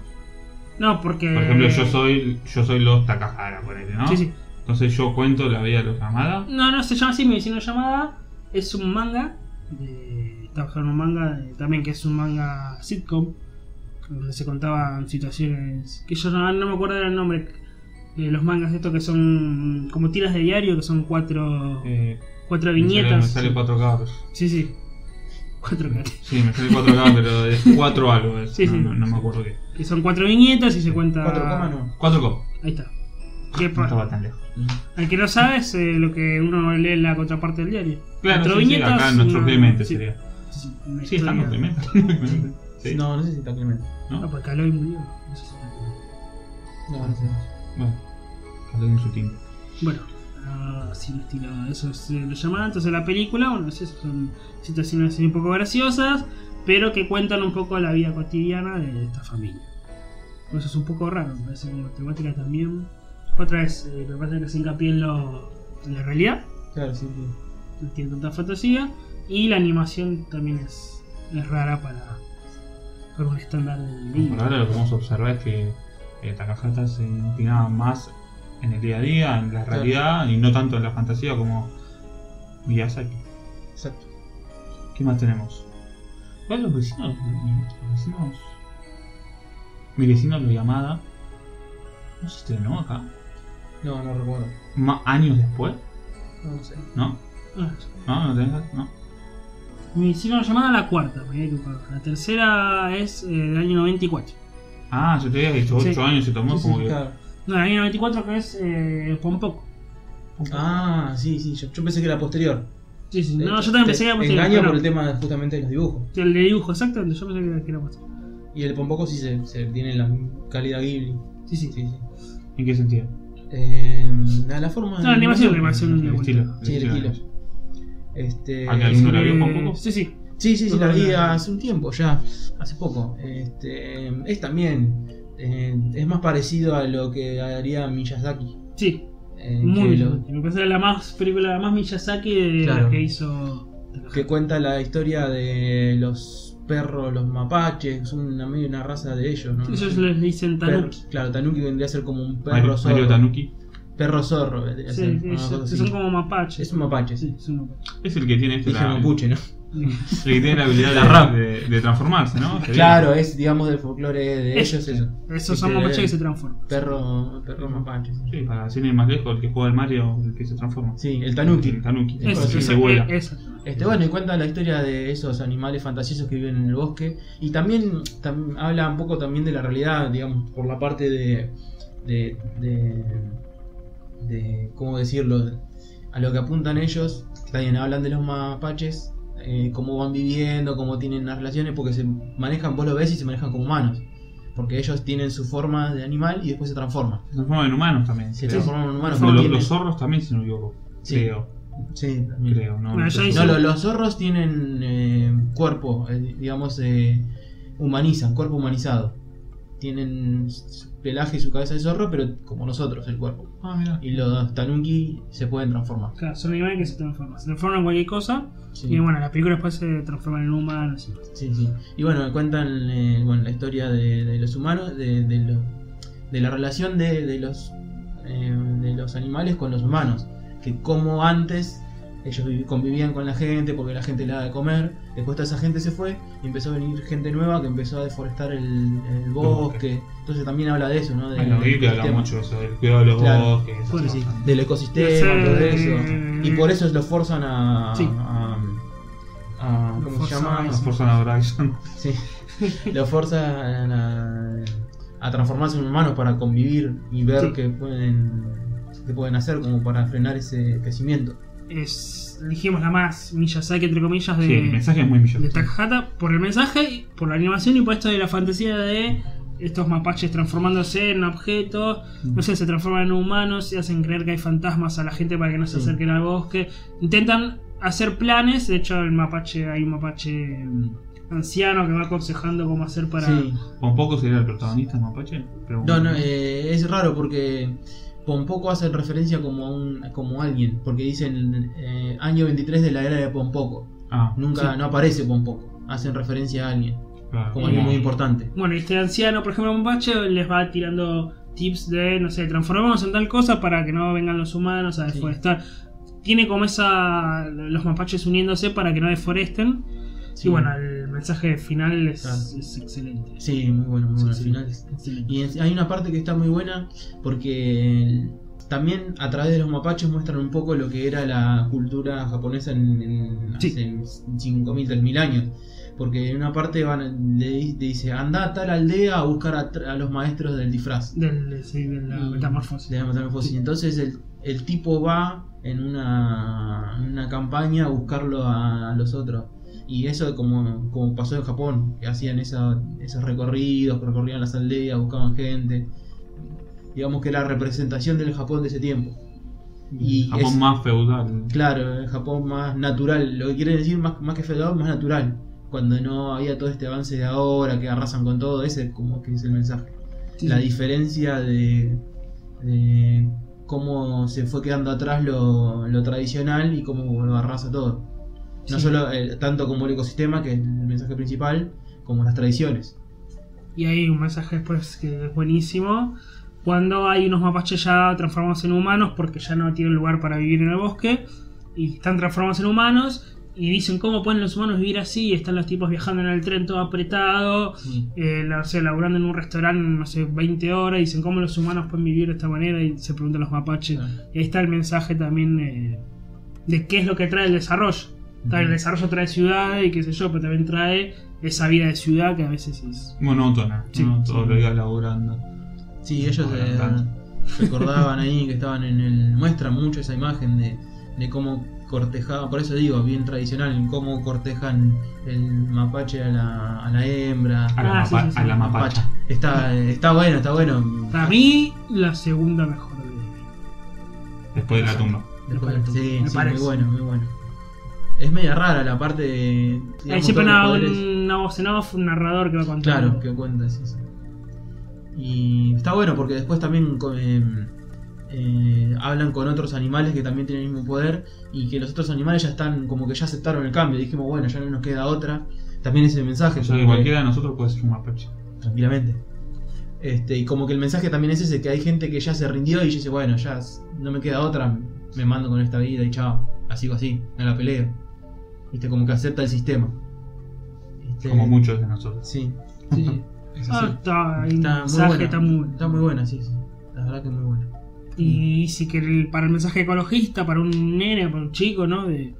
Speaker 2: No, porque...
Speaker 1: Por ejemplo, yo soy yo soy los Takahara, ponele, ¿no?
Speaker 2: Mm. Sí, sí.
Speaker 1: Entonces yo cuento la vida de los llamadas.
Speaker 2: No, no, se llama así, Mi vecino llamada. Es un manga. De, está basado en un manga de- también que es un manga sitcom. Donde se contaban situaciones que yo no, no me acuerdo del nombre. de los mangas estos que son como tiras de diario, que son cuatro,
Speaker 1: Eh,
Speaker 2: cuatro
Speaker 1: me sale-
Speaker 2: viñetas.
Speaker 1: Me sale 4K.
Speaker 2: Sí, sí. Cuatro caras.
Speaker 1: Sí, me sale 4K, pero es 4 algo. es,
Speaker 2: Sí,
Speaker 1: no,
Speaker 2: sí.
Speaker 1: no- no me acuerdo qué.
Speaker 2: Que son cuatro viñetas y se cuenta...
Speaker 3: 4 comas no.
Speaker 1: 4K.
Speaker 2: Ahí está. Que
Speaker 1: No
Speaker 2: pa-
Speaker 1: estaba tan lejos.
Speaker 2: al que no sabe es eh, lo que uno lee en la contraparte del diario.
Speaker 1: Claro,
Speaker 2: Cuatro
Speaker 1: sí, sí, acá en nuestro
Speaker 2: una-
Speaker 1: Clemente
Speaker 2: sí.
Speaker 1: sería.
Speaker 2: Sí, una
Speaker 1: Sí, está en
Speaker 2: historia.
Speaker 1: nuestro Clemente. Sí.
Speaker 3: No, no sé si está Clemente.
Speaker 2: Ah,
Speaker 1: ¿No?
Speaker 2: porque Aloy murió.
Speaker 3: No, no sé.
Speaker 1: Bueno, cada en su tiempo.
Speaker 2: Bueno, ah, así un estilo, eso es eh, lo llaman. Entonces la película, bueno, es eso, son situaciones así un poco graciosas, pero que cuentan un poco la vida cotidiana de esta familia. Por eso es un poco raro, me parece como temática también. Otra vez, eh, me parece que se hincapié en, lo, en la realidad,
Speaker 3: Claro, sí, sí.
Speaker 2: no tiene tanta fantasía. Y la animación también es, es rara para, para un estándar de
Speaker 1: Por ahora lo que vamos a observar es que eh, Takahata se inclinaba más en el día a día, en la
Speaker 3: Claro.
Speaker 1: realidad y no tanto en la fantasía como Miyazaki.
Speaker 3: Exacto.
Speaker 1: ¿Qué más tenemos? ¿Cuál los vecinos? Los vecinos. Mi vecino lo llamada. No se estrenó acá.
Speaker 3: No, no recuerdo.
Speaker 1: Ma- años después,
Speaker 3: No, no sé.
Speaker 1: ¿no?
Speaker 2: Ah,
Speaker 1: ¿No? ¿No tenés? No.
Speaker 2: Me hicieron llamada la cuarta, me había equivocado. La tercera es eh, del año 94.
Speaker 1: Ah, yo te había visto 8
Speaker 2: Sí.
Speaker 1: años se tomó
Speaker 3: Sí, sí,
Speaker 1: como que.
Speaker 3: claro.
Speaker 2: No, del año 94 que es eh, Pompoco.
Speaker 3: Ah, sí, sí. Yo, yo pensé que era posterior.
Speaker 2: Sí, sí,
Speaker 3: Te-
Speaker 2: no, yo
Speaker 3: te
Speaker 2: también pensé que era posterior,
Speaker 3: Engaño
Speaker 2: pero
Speaker 3: por el tema justamente de los dibujos.
Speaker 2: no. El de dibujo, exactamente, yo pensé que era, que era posterior.
Speaker 3: Y el Pompoco sí se, se tiene la calidad Ghibli.
Speaker 2: Sí, sí.
Speaker 3: Sí, sí.
Speaker 1: ¿En qué sentido?
Speaker 3: Eh, la, la forma.
Speaker 2: No, la animación, la animación.
Speaker 1: El estilo.
Speaker 3: Sí, el
Speaker 1: de-
Speaker 3: estilo. Este.
Speaker 1: Ah, que alguno la vio
Speaker 2: Eh,
Speaker 1: Pompoco?
Speaker 2: Sí, sí.
Speaker 3: Sí, sí, sí, la vi
Speaker 2: No, no, no.
Speaker 3: hace un tiempo ya, hace poco. Este, es también, eh, es más parecido a lo que haría Miyazaki.
Speaker 2: Sí,
Speaker 3: eh, que,
Speaker 2: muy
Speaker 3: lo-
Speaker 2: Me parece que era la más película, la más Miyazaki de
Speaker 3: Claro.
Speaker 2: la que hizo.
Speaker 3: que cuenta la historia de los perros, los mapaches, son una medio una raza de ellos, ¿no?
Speaker 2: Ellos les dicen
Speaker 3: Perro-
Speaker 2: Tanuki.
Speaker 3: claro, Tanuki vendría a ser como un perro
Speaker 1: Mario,
Speaker 3: zorro.
Speaker 1: Mario Tanuki.
Speaker 3: Perro zorro vendría a
Speaker 2: Sí,
Speaker 3: ser. una
Speaker 2: ellos-
Speaker 3: cosa así.
Speaker 2: son como mapaches.
Speaker 3: Es un mapache, sí.
Speaker 2: Sí, son mapaches.
Speaker 1: Es el que tiene este
Speaker 3: Dije
Speaker 1: la, el
Speaker 3: mapuche, ¿no?
Speaker 1: que tiene la habilidad
Speaker 3: La
Speaker 1: de-
Speaker 3: rap.
Speaker 1: de, de transformarse, ¿no? Sería.
Speaker 3: Claro, es digamos del folclore de
Speaker 2: Es-
Speaker 3: ellos, eso.
Speaker 2: Esos
Speaker 3: Este,
Speaker 2: son mapaches que se transforman.
Speaker 3: Perro, perro mapache.
Speaker 1: Sí, para sin ir más lejos, el que juega el Mario, el que se transforma.
Speaker 3: Sí, el Tanuki.
Speaker 1: El Tanuki.
Speaker 3: Es-
Speaker 1: el que
Speaker 3: es-
Speaker 1: se vuela.
Speaker 3: Este, bueno, y cuenta la historia de esos animales fantasiosos que viven en el bosque. Y también tam- habla un poco también de la realidad, digamos, por la parte de. de. de, de- ¿cómo decirlo? A lo que apuntan ellos. También hablan de los mapaches, eh, cómo van viviendo, cómo tienen las relaciones, porque se manejan, vos lo ves y se manejan como humanos. Porque ellos tienen su forma de animal y después se transforman.
Speaker 1: Se transforma en humanos también.
Speaker 3: Se
Speaker 1: creo.
Speaker 3: transforman en
Speaker 1: Los-
Speaker 3: humanos. pero
Speaker 1: los,
Speaker 3: tienen-
Speaker 1: zorros también, si no me equivoco.
Speaker 3: Sí.
Speaker 1: Creo,
Speaker 3: sí, también.
Speaker 1: creo. No,
Speaker 2: Bueno,
Speaker 1: no
Speaker 2: ya
Speaker 1: sé.
Speaker 2: hice-
Speaker 3: No, lo- los zorros tienen eh, cuerpo, eh, digamos, eh, humanizan, cuerpo humanizado. Tienen su pelaje y su cabeza de zorro, pero como nosotros, el cuerpo.
Speaker 1: Ah, mira.
Speaker 3: Y los tanuki se pueden transformar.
Speaker 2: Claro, son animales que se transforman. Se transforman en cualquier cosa.
Speaker 3: Sí,
Speaker 2: Y bueno, la película después se transforma en humanos. y-
Speaker 3: sí, sí. Y bueno, cuentan eh, bueno, la historia de, de los humanos, de, de lo- de la relación de, de los, eh, de los animales con los humanos. Que como antes ellos vivi- convivían con la gente porque la gente le daba de comer. Después toda esa gente se fue y empezó a venir gente nueva que empezó a deforestar el, el bosque. Entonces también habla de eso, ¿no? De-
Speaker 1: En la
Speaker 3: del
Speaker 1: Biblia habla mucho
Speaker 3: ecosistema.
Speaker 1: eso, del cuidado de los
Speaker 3: Claro.
Speaker 1: bosques. esas
Speaker 3: Sí, sí,
Speaker 1: cosas.
Speaker 3: del ecosistema,
Speaker 2: Sí.
Speaker 3: todo eso. Y por eso lo forzan a.
Speaker 2: Sí.
Speaker 3: a- a-
Speaker 2: Lo
Speaker 3: ¿Cómo se
Speaker 2: forzan
Speaker 3: llama?
Speaker 2: a-
Speaker 1: Nos forzan a Bryson.
Speaker 3: Sí. Lo forzan a, a transformarse en humanos para convivir y ver
Speaker 2: Sí.
Speaker 3: qué pueden qué pueden hacer como para frenar ese crecimiento.
Speaker 2: Es, dijimos la más Miyazaki, entre comillas, de,
Speaker 1: Sí, el mensaje es muy
Speaker 2: de
Speaker 1: millón.
Speaker 2: Takahata por el mensaje, por la animación y por esto de la fantasía de estos mapaches transformándose en objetos. No sé, se transforman en humanos y hacen creer que hay fantasmas a la gente para que no se
Speaker 3: Sí.
Speaker 2: acerquen al bosque. Intentan hacer planes. De hecho, el mapache, hay un mapache mm, anciano que va aconsejando cómo hacer para.
Speaker 3: Sí.
Speaker 1: ¿Pompoco sería el protagonista mapache?
Speaker 3: No, no, eh, es raro porque Pompoco hace referencia como a un como alguien, porque dicen eh, año 23 de la era de Pompoco.
Speaker 1: Ah,
Speaker 3: Nunca
Speaker 2: Sí.
Speaker 3: no aparece Pompoco, hacen referencia a alguien
Speaker 1: claro.
Speaker 3: como alguien
Speaker 2: Eh,
Speaker 3: muy importante.
Speaker 2: Bueno, este anciano, por ejemplo, mapache les va tirando tips de, no sé, transformémonos en tal cosa para que no vengan los humanos a
Speaker 3: Sí.
Speaker 2: deforestar. Tiene como esa. los mapaches uniéndose para que no deforesten.
Speaker 3: Sí.
Speaker 2: Y bueno, el mensaje final es,
Speaker 3: Ah.
Speaker 2: es excelente.
Speaker 3: Sí, muy bueno, muy bueno
Speaker 2: Sí,
Speaker 3: al
Speaker 2: sí.
Speaker 3: final.
Speaker 2: Excelente.
Speaker 3: Y en- hay una parte que está muy buena porque también a través de los mapaches muestran un poco lo que era la cultura japonesa en, en-
Speaker 2: Sí.
Speaker 3: hace 5.000, 3.000 años. Porque en una parte van, le, di- le dice, anda a tal aldea a buscar a, tra- a los maestros del disfraz.
Speaker 2: Del, eh, sí, de la
Speaker 3: Y-
Speaker 2: metamorfosis.
Speaker 3: de la metamorfosis. Entonces el, el tipo va en una, en una campaña a buscarlo a, a los otros. Y eso como, como pasó en Japón, que hacían esa- esos recorridos, recorrían las aldeas, buscaban gente. Digamos que la representación del Japón de ese tiempo. Y
Speaker 1: Japón
Speaker 3: es-
Speaker 1: más feudal.
Speaker 3: Claro, el Japón más natural, lo que quiere decir más, más que feudal, más natural. Cuando no había todo este avance de ahora, que arrasan con todo, ese como que es el mensaje.
Speaker 2: Sí,
Speaker 3: la
Speaker 2: sí.
Speaker 3: diferencia de, de cómo se fue quedando atrás lo, lo tradicional y cómo lo arrasa todo. No
Speaker 2: Sí.
Speaker 3: solo el- tanto como el ecosistema, que es el mensaje principal, como las tradiciones.
Speaker 2: Y hay un mensaje después que es buenísimo. Cuando hay unos mapaches ya transformados en humanos porque ya no tienen lugar para vivir en el bosque y están transformados en humanos y dicen cómo pueden los humanos vivir así y están los tipos viajando en el tren todo apretado,
Speaker 3: Mm.
Speaker 2: eh, no sé, laburando en un restaurante, no sé, 20 horas, y dicen cómo los humanos pueden vivir de esta manera y se preguntan los mapaches.
Speaker 3: Ah.
Speaker 2: Y ahí está el mensaje también eh, de qué es lo que trae el desarrollo. Está, El
Speaker 3: Ujú.
Speaker 2: desarrollo trae ciudades y qué sé yo, pero también trae esa vida de ciudad que a veces es...
Speaker 1: Monótona,
Speaker 2: Sí,
Speaker 1: ¿no? Todos
Speaker 3: sí.
Speaker 1: los días laburando.
Speaker 3: Sí, ellos
Speaker 1: Ah,
Speaker 3: eh,
Speaker 1: tanto.
Speaker 3: recordaban ahí que estaban en el. muestran mucho esa imagen de, de cómo cortejaban, por eso digo, bien tradicional, en cómo cortejan el mapache a la, a la hembra.
Speaker 1: A la,
Speaker 2: Ah, sí,
Speaker 1: mapa-
Speaker 2: sí, sí.
Speaker 1: a la mapacha.
Speaker 3: Está, está bueno, está bueno.
Speaker 2: Para mí, la segunda mejor. del libro.
Speaker 1: Después de la tumba.
Speaker 3: Después-
Speaker 2: Me parece,
Speaker 3: sí,
Speaker 2: me
Speaker 3: sí,
Speaker 2: parece.
Speaker 3: muy bueno, muy bueno. Es media rara la parte de.
Speaker 2: Hay
Speaker 3: digamos,
Speaker 2: siempre
Speaker 3: todos
Speaker 2: una,
Speaker 3: los poderes.
Speaker 2: una voz en off, un narrador que va contando.
Speaker 3: Claro, que cuenta, sí, sí. Y está bueno porque después también co- em, eh, hablan con otros animales que también tienen el mismo poder y que los otros animales ya están como que ya aceptaron el cambio. Dijimos, bueno, ya no nos queda otra. También ese mensaje.
Speaker 1: O sea que
Speaker 3: porque-
Speaker 1: cualquiera de nosotros puede ser un mapache.
Speaker 3: tranquilamente. Este, y como que el mensaje también es ese, que hay gente que ya se rindió y dice, bueno, ya s- no me queda otra, me mando con esta vida y chao, así o así, no la peleo. Viste, como que acepta el sistema. Este,
Speaker 1: Como muchos de nosotros.
Speaker 3: Sí, sí, sí, es
Speaker 2: Ah,
Speaker 3: así.
Speaker 2: está, hay un
Speaker 3: Está muy
Speaker 2: mensaje,
Speaker 3: buena.
Speaker 2: está muy bueno.
Speaker 3: Está muy buena, sí, sí. La verdad que muy buena. Mm.
Speaker 2: Y dice que el- para el mensaje ecologista, para un nene, para un chico, ¿no? De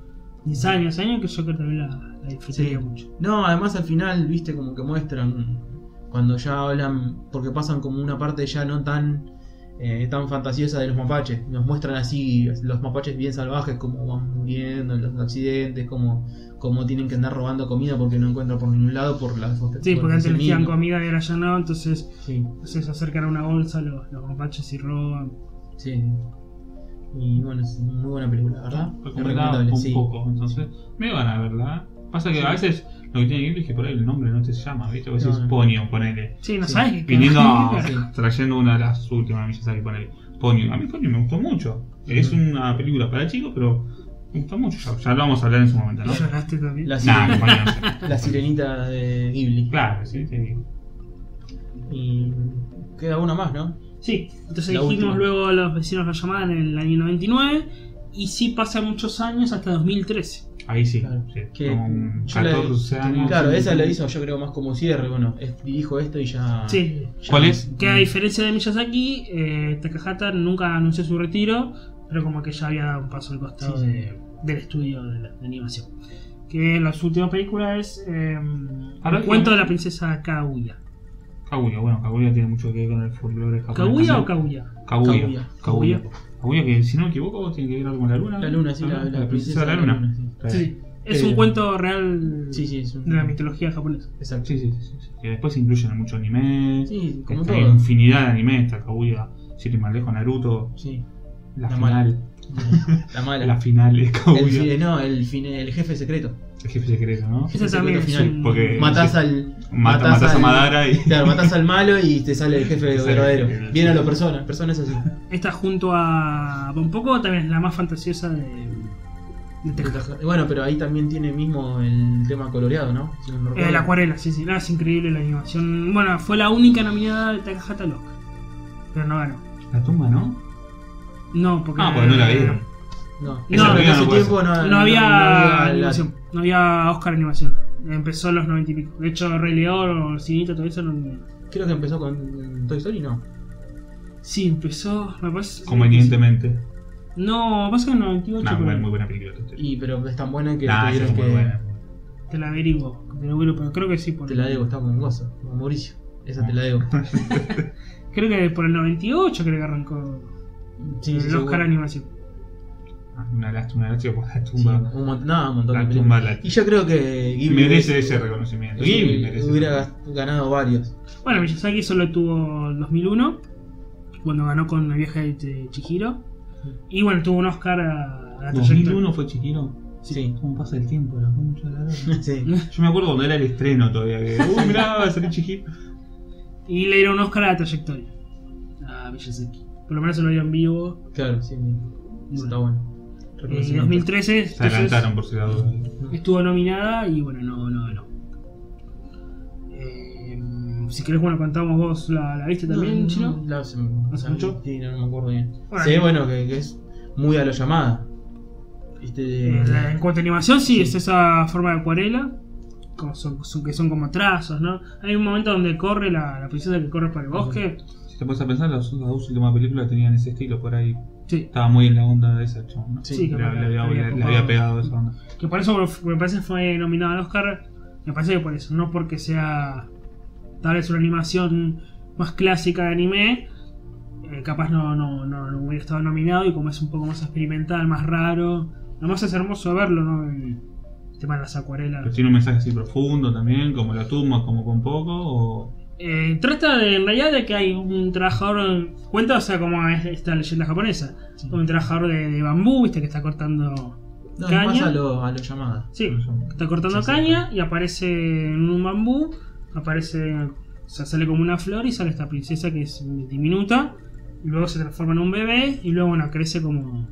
Speaker 2: 10 años, años, que yo creo que también la, la disfrutaría
Speaker 3: Sí.
Speaker 2: mucho.
Speaker 3: No, además al final, viste, como que muestran cuando ya hablan, porque pasan como una parte ya no tan eh, tan fantasiosa de los mapaches. Nos muestran así los mapaches bien salvajes, como van muriendo en los accidentes, como, como tienen que andar robando comida porque no encuentran por ningún lado por la
Speaker 2: Sí, porque antes les
Speaker 3: tiran
Speaker 2: daban comida y ahora ya no, entonces
Speaker 3: Sí,
Speaker 2: se acercan a una bolsa los, los mapaches y roban.
Speaker 3: sí. Y bueno, es muy buena película, ¿verdad? Es
Speaker 1: Recomendaba un
Speaker 3: sí.
Speaker 1: poco, entonces me van a verla. Pasa que a veces lo que tiene Ghibli es que por ahí el nombre no te llama, ¿viste? Vos decís
Speaker 3: No, no.
Speaker 1: Ponyo, ponele.
Speaker 2: Sí, no
Speaker 3: Sí.
Speaker 2: sabes qué
Speaker 1: Viniendo a-
Speaker 3: Sí.
Speaker 1: trayendo una de las últimas Miyazaki, ponele. Ponyo. A mí Ponyo me gustó mucho. Es una película para chicos, pero me gustó mucho. Ya, ya lo vamos a hablar en su momento, ¿no?
Speaker 2: Lloraste también.
Speaker 3: La,
Speaker 1: Nah,
Speaker 3: sirenita-
Speaker 1: Ponyo no sé.
Speaker 3: la sirenita de Ghibli.
Speaker 1: Claro, sí, sí.
Speaker 3: Y queda una más, ¿no?
Speaker 2: Sí, entonces
Speaker 3: La
Speaker 2: dijimos
Speaker 3: última.
Speaker 2: luego a los vecinos la llamaban en el año 99 y sí pasa muchos años hasta 2013.
Speaker 1: Ahí sí.
Speaker 3: Claro.
Speaker 1: sí.
Speaker 3: Que
Speaker 1: Como un
Speaker 3: yo la-
Speaker 1: 14 años.
Speaker 3: Claro, esa la hizo yo creo más como cierre, bueno, es- dirijo esto y ya...
Speaker 2: Sí,
Speaker 3: ya-
Speaker 1: ¿Cuál es?
Speaker 2: que
Speaker 3: Mm.
Speaker 2: a diferencia de Miyazaki, eh, Takahata nunca anunció su retiro, pero como que ya había dado un paso al costado
Speaker 3: Sí, sí.
Speaker 2: de- del estudio de, la, de animación. Que las últimas películas es eh,
Speaker 3: Ah,
Speaker 1: Ahora
Speaker 2: El cuento
Speaker 1: que-
Speaker 2: de la princesa Kaguya.
Speaker 1: Kaguya, bueno, Kaguya tiene mucho que ver con el folclore japonés.
Speaker 2: ¿Kaguya o
Speaker 1: también.
Speaker 2: Kaguya?
Speaker 1: Kaguya.
Speaker 2: Kaguya.
Speaker 1: Kaguya. Kaguya, que si no me equivoco, tiene que ver algo con la
Speaker 2: Mm.
Speaker 1: luna.
Speaker 3: La luna, sí, la, la
Speaker 1: princesa de Ah, la luna.
Speaker 3: sí.
Speaker 2: Sí, es
Speaker 1: Eh,
Speaker 2: un cuento real
Speaker 3: Sí, sí, es un...
Speaker 2: de la mitología japonesa.
Speaker 3: Exacto.
Speaker 1: Sí, sí, sí, sí, sí. Que después se incluyen en mucho anime.
Speaker 3: Sí, como
Speaker 1: Está-
Speaker 3: todo.
Speaker 1: Hay infinidad de anime. Está Kaguya, Siete más lejos, Naruto.
Speaker 3: Sí.
Speaker 1: La,
Speaker 3: La
Speaker 1: final.
Speaker 3: La mala.
Speaker 1: La final de
Speaker 3: el,
Speaker 1: Kaguya.
Speaker 3: fi- no, el, fin- el jefe secreto.
Speaker 1: El jefe secreto, ¿no?
Speaker 2: Esa también es
Speaker 3: final,
Speaker 2: un-
Speaker 1: porque- Eh,
Speaker 3: matás
Speaker 1: sí.
Speaker 3: al...
Speaker 1: Mata,
Speaker 3: matás
Speaker 1: matas a
Speaker 3: al-
Speaker 1: Madara y.
Speaker 3: Claro, matás al malo y te sale el jefe
Speaker 1: Te sale el jefe.
Speaker 3: verdadero. Viene a la persona, persona es así.
Speaker 2: Esta junto a Bon Poco también es la más fantasiosa de, de Takahata.
Speaker 3: Bueno, pero ahí también tiene mismo el tema coloreado, ¿no? Si no
Speaker 2: Eh,
Speaker 3: me recuerdo.
Speaker 2: la acuarela, sí, sí. No, es increíble la animación. Bueno, fue la única nominada de Takahata Lock. Pero no ganó.
Speaker 1: La tumba, ¿no?
Speaker 2: No, porque.
Speaker 1: Ah, porque no la vieron.
Speaker 3: No,
Speaker 2: Esa
Speaker 3: no, en
Speaker 1: película
Speaker 3: ese
Speaker 1: no puede
Speaker 3: tiempo Ah, no,
Speaker 2: No había
Speaker 3: la-
Speaker 2: animación. No había Oscar animación. Empezó en los 90 y pico. De hecho, Rey León o Cinita, todo eso no.
Speaker 3: Creo que empezó con Toy Story, no.
Speaker 2: Sí, empezó. Me parece.
Speaker 1: Convenientemente.
Speaker 2: No, pasa en el 98.
Speaker 1: Nah,
Speaker 2: pero
Speaker 1: muy buena película. Toy Story.
Speaker 3: Y pero es tan buena que
Speaker 1: Nah, Ah, esa
Speaker 3: tuvieron
Speaker 1: es muy
Speaker 3: que.
Speaker 1: buena.
Speaker 2: Te la averiguo. Te la averiguo, pero creo que sí. Por
Speaker 3: Te la debo, está con Gozo, con Mauricio. Esa te la debo.
Speaker 2: Creo que por el 98 creo que arrancó
Speaker 3: Sí,
Speaker 2: el
Speaker 3: sí,
Speaker 2: Oscar
Speaker 3: seguro.
Speaker 2: animación.
Speaker 1: Ah, Una lástima, una lástima por la
Speaker 3: Sí,
Speaker 1: tumba.
Speaker 3: un montón, no, un montón de
Speaker 1: La
Speaker 3: películas.
Speaker 1: tumba la
Speaker 3: Y yo creo que Ghibli
Speaker 1: merece ese reconocimiento. Ghibli merece.
Speaker 3: hubiera gas- ganado varios.
Speaker 2: Bueno, Miyazaki solo tuvo el 2001, cuando ganó con el viaje de Chihiro. Y bueno, tuvo un Oscar a, a la trayectoria.
Speaker 1: 2001 fue chiquito.
Speaker 3: Sí.
Speaker 1: ¿Cómo pasa el tiempo? La concha de la lora.
Speaker 3: Sí.
Speaker 1: Yo me acuerdo cuando era el estreno todavía. Que, Uy, mirá, va a salir chiquito.
Speaker 2: Y le dieron un Oscar a la trayectoria. A Miyazaki. Por lo menos se lo dieron vivo. Eh,
Speaker 3: Claro, sí. Eso está bueno.
Speaker 2: En
Speaker 3: Reconocimiento.
Speaker 2: 2013
Speaker 1: Se
Speaker 2: entonces,
Speaker 1: adelantaron por si la duda.
Speaker 2: estuvo nominada y bueno, no, no, no. Eh, si querés, bueno, contamos vos la, la viste también,
Speaker 3: No,
Speaker 2: chino.
Speaker 3: no, hace,
Speaker 2: ¿Hace mucho?
Speaker 3: Sí, no, no me acuerdo bien.
Speaker 2: Bueno,
Speaker 3: sí,
Speaker 2: no.
Speaker 3: bueno, que, que es muy a la llamada. Este,
Speaker 2: Eh, la- en cuanto a animación, sí,
Speaker 3: Sí.
Speaker 2: es esa forma de acuarela. como son- su- que son como trazos, ¿no? Hay un momento donde corre la, la princesa que corre para el bosque.
Speaker 1: Si te pones a pensar, las, las dos últimas películas tenían ese estilo por ahí.
Speaker 2: Sí.
Speaker 1: Estaba muy en la onda de esa chabón, ¿no?
Speaker 3: Sí,
Speaker 1: Le,
Speaker 2: que
Speaker 1: le
Speaker 2: me-
Speaker 1: había-
Speaker 2: me
Speaker 1: le- le
Speaker 2: copado.
Speaker 1: había pegado esa onda.
Speaker 2: Que por eso me- me parece que fue nominado al Oscar. Me parece que por eso, no porque sea tal vez una animación más clásica de anime. eh, capaz no, no, no, no hubiera estado nominado y como es un poco más experimental, más raro. Además es hermoso verlo, ¿no? El tema de las acuarelas.
Speaker 1: Pero tiene un mensaje así profundo también, como la tumba, como con poco, o
Speaker 2: Eh, trata de, en realidad de que hay un trabajador, cuenta, o sea, como es esta leyenda japonesa,
Speaker 3: Sí.
Speaker 2: un trabajador de, de bambú, viste, que está cortando,
Speaker 3: no,
Speaker 2: caña.
Speaker 3: más a lo, a lo llamada.
Speaker 2: sí,
Speaker 1: ¿cómo se llama?
Speaker 2: está cortando
Speaker 3: Sí, sí,
Speaker 2: caña y aparece en un bambú, aparece, o sea, sale como una flor y sale esta princesa que es diminuta, y luego se transforma en un bebé y luego, bueno, crece como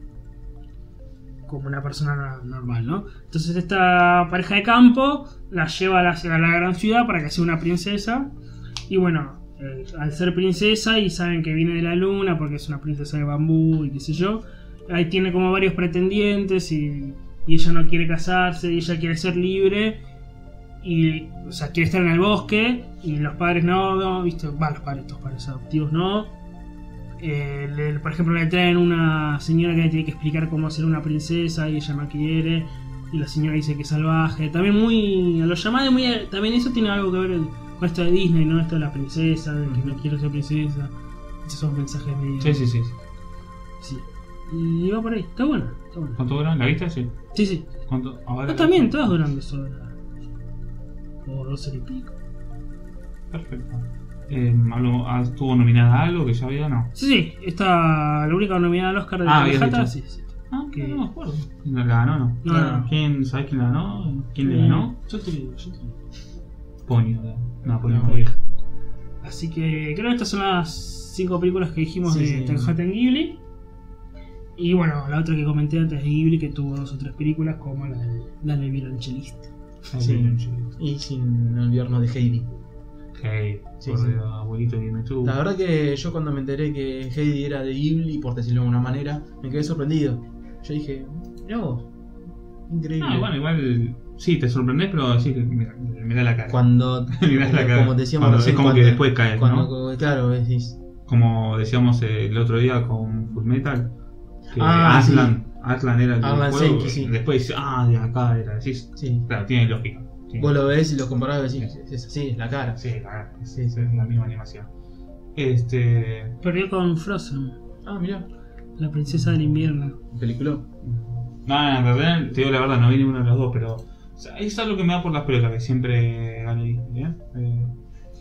Speaker 2: como una persona no- normal, ¿no? Entonces esta pareja de campo la lleva a la, a la gran ciudad para que sea una princesa. Y bueno, eh, al ser princesa y saben que viene de la luna porque es una princesa de bambú y qué sé yo, ahí tiene como varios pretendientes y, y ella no quiere casarse, y ella quiere ser libre. Y, o sea, quiere estar en el bosque y los padres no, no, viste, va, los padres, estos padres adoptivos no. Eh, le- por ejemplo, le traen una señora que le tiene que explicar cómo hacer una princesa y ella no quiere. Y la señora dice que es salvaje. También muy. A los llamados, muy. También eso tiene algo que ver con esto de Disney, ¿no? Esto de la princesa, de que no quiero ser princesa. Esos son mensajes medio.
Speaker 1: Sí, sí, sí.
Speaker 2: Sí. Y va por ahí. Está buena, está buena.
Speaker 1: ¿Cuánto duran? ¿La viste? Sí.
Speaker 2: Sí, sí.
Speaker 1: ¿Cuánto? Ahora.
Speaker 2: Ah, también, todas duran dos horas. O dos horas y pico.
Speaker 1: Perfecto. Eh, hablo- ah, ¿Estuvo nominada a algo que ya había? No.
Speaker 2: Sí, sí. Esta, la única nominada al Oscar de
Speaker 1: Ah,
Speaker 2: la
Speaker 1: habías
Speaker 2: Jata,
Speaker 1: dicho.
Speaker 2: sí, sí.
Speaker 1: Ah,
Speaker 2: que-
Speaker 1: no me acuerdo. ¿Quién la ganó? No.
Speaker 2: No, no, no.
Speaker 1: ¿Quién, ¿Sabes quién la ganó? ¿Quién le
Speaker 2: Eh,
Speaker 1: ganó?
Speaker 2: Yo te digo, yo te digo.
Speaker 1: Ponio. la- No, Ponio
Speaker 3: No,
Speaker 1: no, vieja.
Speaker 2: Así que creo que estas son las cinco películas que dijimos
Speaker 3: Sí,
Speaker 2: de
Speaker 3: sí.
Speaker 2: Manhattan Ghibli. Y bueno, la otra que comenté antes de Ghibli, que tuvo dos o tres películas, como la de, la del violonchelista.
Speaker 3: Sí.
Speaker 1: Sí.
Speaker 3: Y sin olvidarnos de Heidi.
Speaker 1: Hey,
Speaker 3: Sí,
Speaker 1: por
Speaker 3: sí.
Speaker 1: Dios, abuelito, dime tú.
Speaker 3: La verdad que yo cuando me enteré que Heidi era de Ghibli, por decirlo de alguna manera, me quedé sorprendido. Yo dije, mirá vos, increíble.
Speaker 1: Ah, bueno, igual. Sí, te sorprendés, pero sí, mira, mirá la cara.
Speaker 3: Cuando,
Speaker 1: Mirá la cara.
Speaker 3: como decíamos
Speaker 1: Cuando-
Speaker 3: recién,
Speaker 1: es como
Speaker 3: cuando-
Speaker 1: que después caes,
Speaker 3: cuando,
Speaker 1: ¿no?
Speaker 3: claro, decís,
Speaker 1: Como decíamos eh, el otro día con Full Metal. Que
Speaker 3: Ah,
Speaker 1: Aslan, Aslan era el
Speaker 3: Aslan
Speaker 1: juego,
Speaker 3: Senki, sí.
Speaker 1: Después dice, ah, de acá era. Decís,
Speaker 3: sí.
Speaker 1: claro, tiene lógica. Tiene-
Speaker 3: Vos lo ves y lo comparás y decís, es así, es la cara.
Speaker 1: Sí, la, es-
Speaker 3: Sí,
Speaker 1: es
Speaker 3: sí.
Speaker 1: la misma animación. Este.
Speaker 2: Perdió con Frozen,
Speaker 3: Ah, mirá,
Speaker 2: la princesa del invierno.
Speaker 3: película.
Speaker 1: No, en realidad, te digo la verdad, no vi ninguna de las dos, pero. o sea, es algo que me da por las pelotas, que siempre gana Disney, ¿eh? Eh,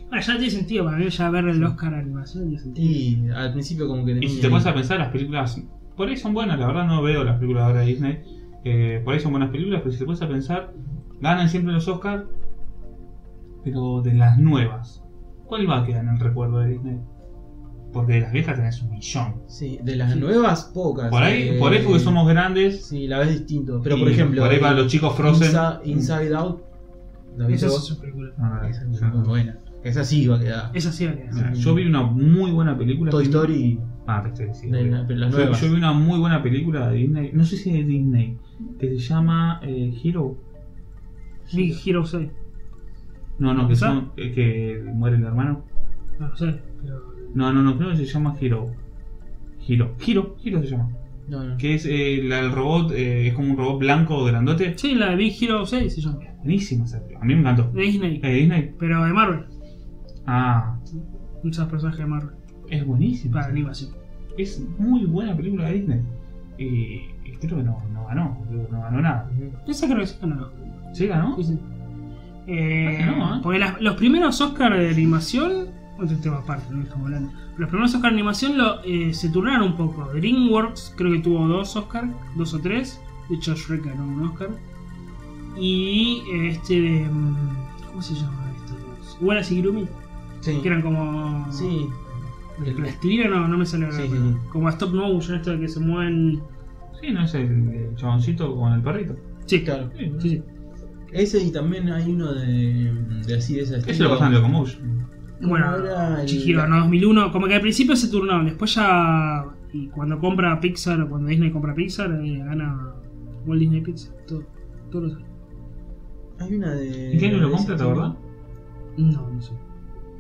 Speaker 2: Bueno, Ah, ya tiene sentido para mí, ya ver el Oscar de animación tiene sentido.
Speaker 3: Y al principio como que
Speaker 1: Y si
Speaker 3: tenía-
Speaker 1: te pones a pensar, las películas por ahí son buenas, la verdad no veo las películas ahora de Disney, eh, por ahí son buenas películas, pero si te pones a pensar, ganan siempre los Oscars, pero de las nuevas, ¿cuál va a quedar en el recuerdo de Disney? Porque de las viejas tenés un millón.
Speaker 3: Sí, de las
Speaker 2: Sí.
Speaker 3: nuevas, pocas.
Speaker 1: Por ahí,
Speaker 3: Eh,
Speaker 1: por ahí porque somos grandes.
Speaker 3: Sí, la ves distinto. Pero
Speaker 1: y
Speaker 3: por ejemplo,
Speaker 1: Por ahí van los chicos Frozen.
Speaker 3: Insa- Inside Out, ¿la
Speaker 2: Esa
Speaker 3: viste
Speaker 2: es
Speaker 3: vos?
Speaker 2: su película.
Speaker 1: Ah,
Speaker 3: Esa es
Speaker 1: yo no.
Speaker 3: muy buena. Esa sí va a quedar.
Speaker 2: Esa sí va a quedar.
Speaker 1: Mira, Yo vi una muy buena película.
Speaker 3: Toy
Speaker 1: que-
Speaker 3: Story,
Speaker 1: Ah, Toy Story, sí,
Speaker 3: de
Speaker 1: obvio.
Speaker 3: la- pero las
Speaker 1: Yo- Yo,
Speaker 3: nuevas.
Speaker 1: vi una muy buena película de Disney, no sé si es de Disney, que se llama eh, Hero.
Speaker 2: Big Hero 6.
Speaker 1: No, no, que,
Speaker 2: ¿Esa?
Speaker 1: son, eh, que muere el hermano.
Speaker 2: No lo sé, pero.
Speaker 1: No, no, no, creo que se llama Hero. Hero, Hero, Hero se llama.
Speaker 3: No, no.
Speaker 1: Que es eh, la- el robot, eh, es como un robot blanco grandote.
Speaker 2: Sí, la de Big Hero 6 se llama.
Speaker 1: Buenísima esa película, a mí me encantó.
Speaker 2: De Disney.
Speaker 1: Eh, Disney,
Speaker 2: Pero de Marvel.
Speaker 1: ah,
Speaker 2: Muchos personajes de Marvel.
Speaker 1: es buenísima.
Speaker 2: Para animación.
Speaker 1: Es muy buena película de Disney. Y, y creo que no, no ganó, creo que no ganó nada.
Speaker 2: Esa creo que sí ganó.
Speaker 1: ¿Sí ganó?
Speaker 2: Sí, sí.
Speaker 1: Ah,
Speaker 2: Eh,
Speaker 1: que no, ¿eh?
Speaker 2: Porque las- los primeros Oscars de animación. Otro tema aparte, no estamos hablando. Los primeros Oscars de animación lo, eh, se turnaron un poco. DreamWorks creo que tuvo dos Oscars, dos o tres. De hecho, Shrek ganó un Oscar. Y eh, este de. mm, ¿Cómo se llama esto? Wallace y Grumit.
Speaker 3: Sí.
Speaker 2: Que eran como.
Speaker 3: Sí.
Speaker 2: De plastilina, no, no me sale ahora,
Speaker 3: Sí,
Speaker 2: pero
Speaker 3: sí, sí.
Speaker 2: Como a stop motion, esto de que se mueven.
Speaker 1: Sí, no es el eh, chaboncito con el perrito.
Speaker 2: Sí,
Speaker 3: Claro.
Speaker 1: Sí,
Speaker 2: Sí, sí.
Speaker 3: Ese y también hay uno de, de así de ese
Speaker 1: Ese lo pasan en Locomotion.
Speaker 3: ¿Cómo
Speaker 2: Bueno,
Speaker 3: era el-
Speaker 2: Chihiro, ¿no? 2001. Como que al principio se turnaron, después ya. Y cuando compra Pixar, o cuando Disney compra Pixar, eh, gana Walt Disney Pixar. Todo, todo lo
Speaker 3: Hay una de.
Speaker 1: ¿En qué año lo
Speaker 3: de
Speaker 1: compra,
Speaker 3: esas
Speaker 1: te acordás?
Speaker 2: No, no sé.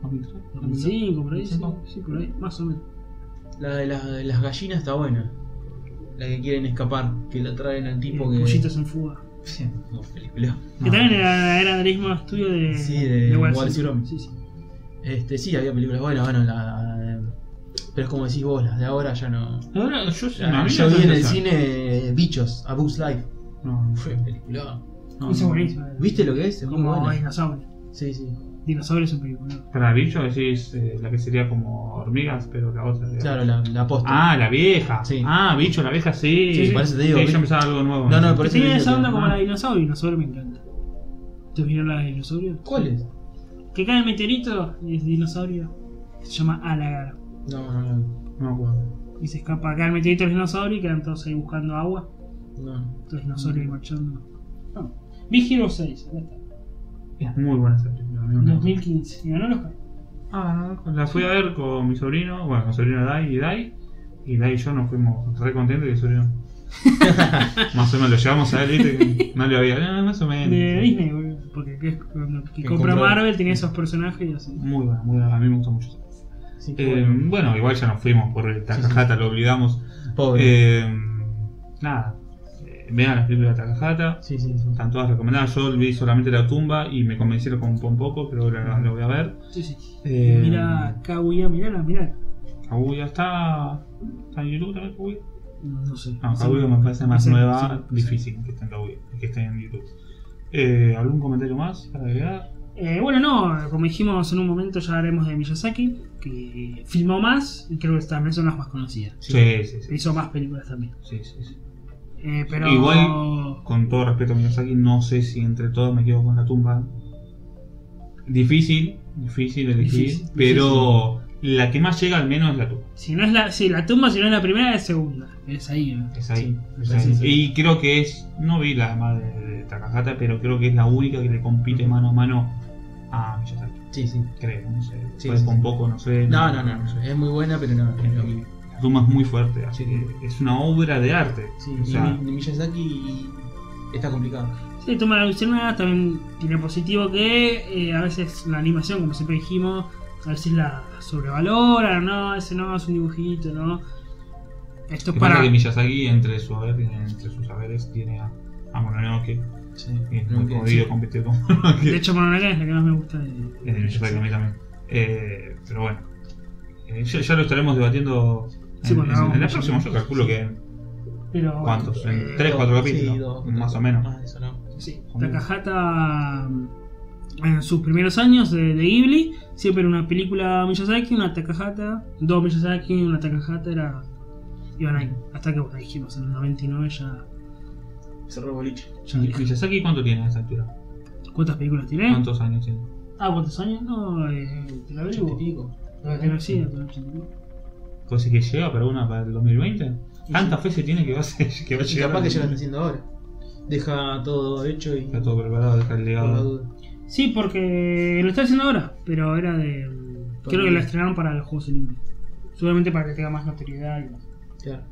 Speaker 1: 2003,
Speaker 2: 2005, por ahí, sí,
Speaker 1: 2005.
Speaker 2: sí, por ahí, más o menos.
Speaker 3: La de, las- de las gallinas está buena. La que quieren escapar, que la traen al tipo
Speaker 2: Eh,
Speaker 3: que.
Speaker 2: Pollitos en fuga.
Speaker 3: Sí, no, película.
Speaker 2: Que
Speaker 1: No.
Speaker 2: también era, era del mismo estudio de,
Speaker 3: Sí, de Walt
Speaker 2: Street.
Speaker 3: Street.
Speaker 2: Sí, sí.
Speaker 3: Este, sí, había películas buenas, bueno, la, la- Pero es como decís vos, las de ahora ya no.
Speaker 1: Ahora yo sé.
Speaker 3: Ah, yo vi en el cine eh, Bichos, A Bug's Life.
Speaker 1: No,
Speaker 3: Fue película.
Speaker 1: no,
Speaker 2: Ese es
Speaker 1: no.
Speaker 2: buenísimo.
Speaker 3: ¿Viste lo que es? Es muy
Speaker 2: Como
Speaker 3: buena.
Speaker 2: dinosaurios.
Speaker 3: Sí, sí.
Speaker 2: Dinosaurios es un película.
Speaker 1: Para bicho decís eh, la que sería como hormigas, pero la otra. digamos.
Speaker 3: Claro, la, la posta.
Speaker 1: Ah, la vieja.
Speaker 3: Sí.
Speaker 1: Ah, bicho, la vieja sí.
Speaker 2: Sí, sí.
Speaker 3: Por eso te digo,
Speaker 1: Sí,
Speaker 3: ¿viste?
Speaker 1: yo empezaba algo nuevo.
Speaker 3: No, no, por
Speaker 2: Pero
Speaker 3: eso. te
Speaker 2: tenía
Speaker 3: digo
Speaker 2: esa
Speaker 3: que-
Speaker 2: onda como
Speaker 1: ah.
Speaker 2: la de dinosaurio, dinosaurio me encanta. ¿Te vieron la de dinosaurio?
Speaker 3: ¿Cuál es?
Speaker 2: Que cae el meteorito y es dinosaurio. Se llama Alagar.
Speaker 3: No, no, no.
Speaker 1: No me acuerdo.
Speaker 2: Y se escapa, cae el meteorito del dinosaurio y quedan todos ahí buscando agua.
Speaker 3: no.
Speaker 2: Los dinosaurios ahí
Speaker 1: Mm.
Speaker 2: marchando. No. Big Hero 6, acá está.
Speaker 1: Es muy buena esa película. a mí me encanta.
Speaker 2: 2015. Y ganó el Oscar.
Speaker 1: Ah, la fui a ver con mi sobrino, bueno, mi sobrino Dai y Dai. Y Dai y yo nos fuimos re contentos y el sobrino. más o menos lo llevamos a él, ¿viste? No le había. No, más o menos.
Speaker 2: De Disney, boludo. Porque que, cuando que
Speaker 3: Que
Speaker 2: compra
Speaker 3: compró.
Speaker 2: Marvel tenía esos personajes y así.
Speaker 1: Muy buena, muy buena. A mí me gustó mucho.
Speaker 3: Sí,
Speaker 1: Eh,
Speaker 3: pobre.
Speaker 1: bueno, igual ya nos fuimos por el Takahata, lo olvidamos.
Speaker 3: Pobre.
Speaker 1: Eh, nada, eh, vean las películas de Takahata.
Speaker 3: sí, sí, sí.
Speaker 1: Están todas recomendadas. Yo vi solamente la tumba y me convencieron con un poco, creo que la, la voy a ver.
Speaker 2: Sí, sí.
Speaker 1: Eh,
Speaker 2: Mirá Kaguya, mirala, mirala.
Speaker 1: Kaguya Ah, está. ¿Está en YouTube también Kaguya?
Speaker 2: No sé.
Speaker 1: No,
Speaker 2: Sí.
Speaker 1: Ah, Kaguya me parece más
Speaker 2: Sí,
Speaker 1: nueva,
Speaker 2: sí, sí.
Speaker 1: difícil que esté en Kaguya, que esté en YouTube. Eh, ¿Algún comentario más para agregar?
Speaker 2: Eh, bueno, no, como dijimos en un momento, ya haremos de Miyazaki, que filmó más, y creo que también son las más conocidas.
Speaker 1: Sí, sí, sí.
Speaker 2: Hizo más películas también.
Speaker 1: sí, sí, sí.
Speaker 2: Eh, pero.
Speaker 1: Igual- Con todo respeto a Miyazaki, no sé si entre todos me quedo con la tumba. Difícil, difícil elegir,
Speaker 2: Difícil,
Speaker 1: pero la que más llega al menos es la tumba.
Speaker 2: Si no es la, si la tumba, si no es la primera, es segunda. Es ahí. ¿no?
Speaker 1: Es ahí.
Speaker 3: Sí,
Speaker 1: es ahí.
Speaker 3: sí, sí.
Speaker 1: Y creo que es, no vi la más de, de Takahata, pero creo que es la única que le compite mano a mano a Miyazaki.
Speaker 3: Sí, sí.
Speaker 1: Creo, no sé.
Speaker 3: Sí,
Speaker 1: Puede
Speaker 3: sí,
Speaker 1: con
Speaker 3: sí.
Speaker 1: poco, no sé.
Speaker 3: No, no, no, no. Es muy buena, pero no, no es lo mismo.
Speaker 1: La tumba es muy fuerte, así
Speaker 3: Sí.
Speaker 1: que es una obra de arte.
Speaker 3: Sí,
Speaker 1: O
Speaker 3: y
Speaker 1: sea,
Speaker 3: Mi- Miyazaki está complicado.
Speaker 2: Sí, toma la luciérnaga también tiene positivo que eh, a veces la animación, como siempre dijimos, a veces la sobrevaloran, no, ese no es un dibujito, no. Esto es
Speaker 1: que pasa
Speaker 2: para.
Speaker 1: que Miyazaki entre, su haber- entre sus saberes tiene a, a Mononoke.
Speaker 3: Sí,
Speaker 1: Y es
Speaker 3: no,
Speaker 1: muy
Speaker 3: que-
Speaker 1: jodido
Speaker 3: sí.
Speaker 1: competir con
Speaker 2: De
Speaker 1: Mononoke.
Speaker 2: hecho, Mononoke es la que más me gusta de.
Speaker 1: Eh, Miyazaki a mí también. Eh, pero bueno. Eh, ya, ya lo estaremos debatiendo en,
Speaker 2: Sí, bueno,
Speaker 1: en- en la
Speaker 2: vamos.
Speaker 1: próxima. Yo calculo que en
Speaker 2: Pero.
Speaker 1: cuántos,
Speaker 2: eh,
Speaker 1: en 3, 4
Speaker 3: Sí,
Speaker 1: capítulos.
Speaker 3: dos,
Speaker 1: más
Speaker 3: dos,
Speaker 1: o menos.
Speaker 3: Más de eso, ¿no?
Speaker 2: Sí, Takahata mm, en sus primeros años de, de Ghibli, siempre era una película Miyazaki, una Takahata, dos Miyazaki, una Takahata, era... iban ahí, hasta que bueno, dijimos, en el 99 ya...
Speaker 3: Cerró boliche.
Speaker 2: ya
Speaker 1: ¿Y
Speaker 2: dije.
Speaker 1: Miyazaki cuánto tiene a esta altura?
Speaker 2: ¿Cuántas películas
Speaker 3: ¿Eh?
Speaker 2: tiene?
Speaker 1: ¿Cuántos años tiene?
Speaker 2: Ah, ¿cuántos años? No, eh, te la
Speaker 3: Ochenta y
Speaker 2: averiguo.
Speaker 3: pico. ¿eh?
Speaker 2: Debe tener, sí, debe tener ochenta y pico.
Speaker 1: ¿Cosa que llega para una para el 2020? ¿Tanta fe se tiene que va a, ser- que va a
Speaker 3: Y
Speaker 1: llegar?
Speaker 3: capaz
Speaker 1: al-
Speaker 3: que ya lo está haciendo ahora. Deja todo hecho y.
Speaker 1: Está todo preparado, deja el
Speaker 3: por la
Speaker 1: legado.
Speaker 3: duda.
Speaker 2: Sí, porque lo está haciendo ahora, pero era de... mm, Creo que la estrenaron para los Juegos Olímpicos. Seguramente para que tenga más notoriedad y más.
Speaker 3: Claro.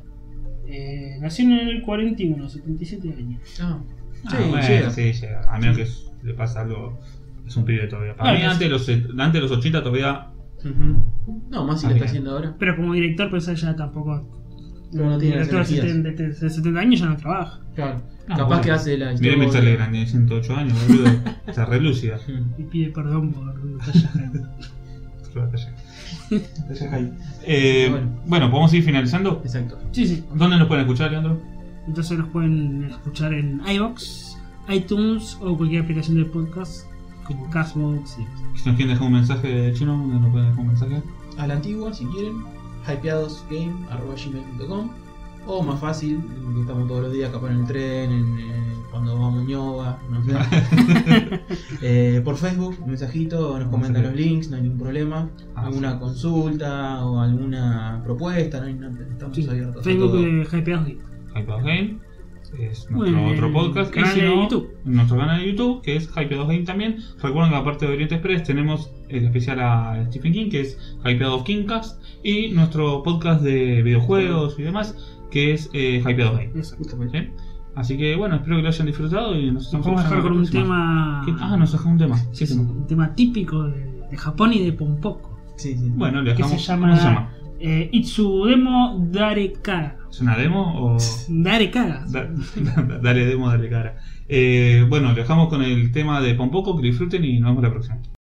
Speaker 2: Eh, nació en el 41, 77 años.
Speaker 3: Ah,
Speaker 1: Ah,
Speaker 3: sí,
Speaker 1: bueno,
Speaker 3: llega.
Speaker 1: sí, llega. A menos que es- le pasa algo. Es un pibe todavía. Para
Speaker 2: Ah,
Speaker 1: mí,
Speaker 2: es-
Speaker 1: antes de, los, antes de los 80 todavía.
Speaker 3: Ujú. No, más si
Speaker 1: Ah,
Speaker 3: lo
Speaker 1: bien.
Speaker 3: está haciendo ahora.
Speaker 2: Pero como director, pensá ya tampoco.
Speaker 3: Pero no tiene las
Speaker 2: director de
Speaker 3: energías.
Speaker 2: 70, de 70 años ya no trabaja.
Speaker 3: Claro.
Speaker 1: Ah,
Speaker 3: capaz
Speaker 1: bueno.
Speaker 3: que hace la historia.
Speaker 1: Miren, me sale grande, tiene 108 años, boludo. Está re lúcida.
Speaker 3: Ujú.
Speaker 2: Y pide perdón por lo que haya hecho.
Speaker 1: Eh,
Speaker 3: Bueno.
Speaker 1: bueno, podemos ir finalizando.
Speaker 3: Exacto.
Speaker 2: Sí, sí.
Speaker 1: ¿Dónde nos pueden escuchar, Leandro?
Speaker 2: Entonces nos pueden escuchar en iBox, iTunes o cualquier aplicación de podcast como Castbox. y demás.
Speaker 1: Si nos quieren dejar un mensaje de chino, ¿dónde nos pueden dejar un mensaje?
Speaker 3: A la antigua, si quieren. hypeadosgame.com O más fácil, que estamos todos los días, capaz en el tren, en, eh, cuando vamos ñoba, no sé. Eh, por Facebook, un mensajito, nos
Speaker 1: Vamos
Speaker 3: comentan
Speaker 1: a
Speaker 3: los
Speaker 1: ver.
Speaker 3: links, no hay ningún problema.
Speaker 1: Ah,
Speaker 3: alguna
Speaker 1: sí.
Speaker 3: consulta o alguna propuesta, no hay nada, estamos
Speaker 2: Sí,
Speaker 3: abiertos. a
Speaker 2: Facebook
Speaker 3: todo.
Speaker 2: de Hypeados Geek.
Speaker 1: Hypeados Game. Es nuestro
Speaker 2: Bueno,
Speaker 1: otro podcast.
Speaker 2: canal de
Speaker 1: no,
Speaker 2: YouTube.
Speaker 1: Nuestro canal de YouTube, que es Hypeados Game también. Recuerden que aparte de Oriente Express tenemos el especial a Stephen King, que es Hypeados Kingcast. Y nuestro podcast de videojuegos y demás, que es eh, Hypeados Game.
Speaker 2: Exacto.
Speaker 1: ¿Sí? Así que bueno, espero que lo hayan disfrutado y nos
Speaker 2: Nos
Speaker 1: estamos
Speaker 2: vamos a dejar
Speaker 1: escuchando
Speaker 2: con un
Speaker 1: la
Speaker 2: tema.
Speaker 1: próxima. ¿Qué? Ah, nos dejó un tema. ¿Qué
Speaker 2: es
Speaker 1: tema?
Speaker 2: un tema típico de, de Japón y de Pompoco.
Speaker 3: Sí, sí.
Speaker 1: Bueno, le
Speaker 2: que
Speaker 1: dejamos.
Speaker 2: se llama-
Speaker 1: ¿Cómo se llama?
Speaker 2: Eh, Itsudemo Darekaga.
Speaker 1: ¿Es una demo o.?
Speaker 2: Darekaga.
Speaker 1: Da- dale demo, dale cara. Eh, bueno, le dejamos con el tema de Pompoco, que disfruten y nos vemos la próxima.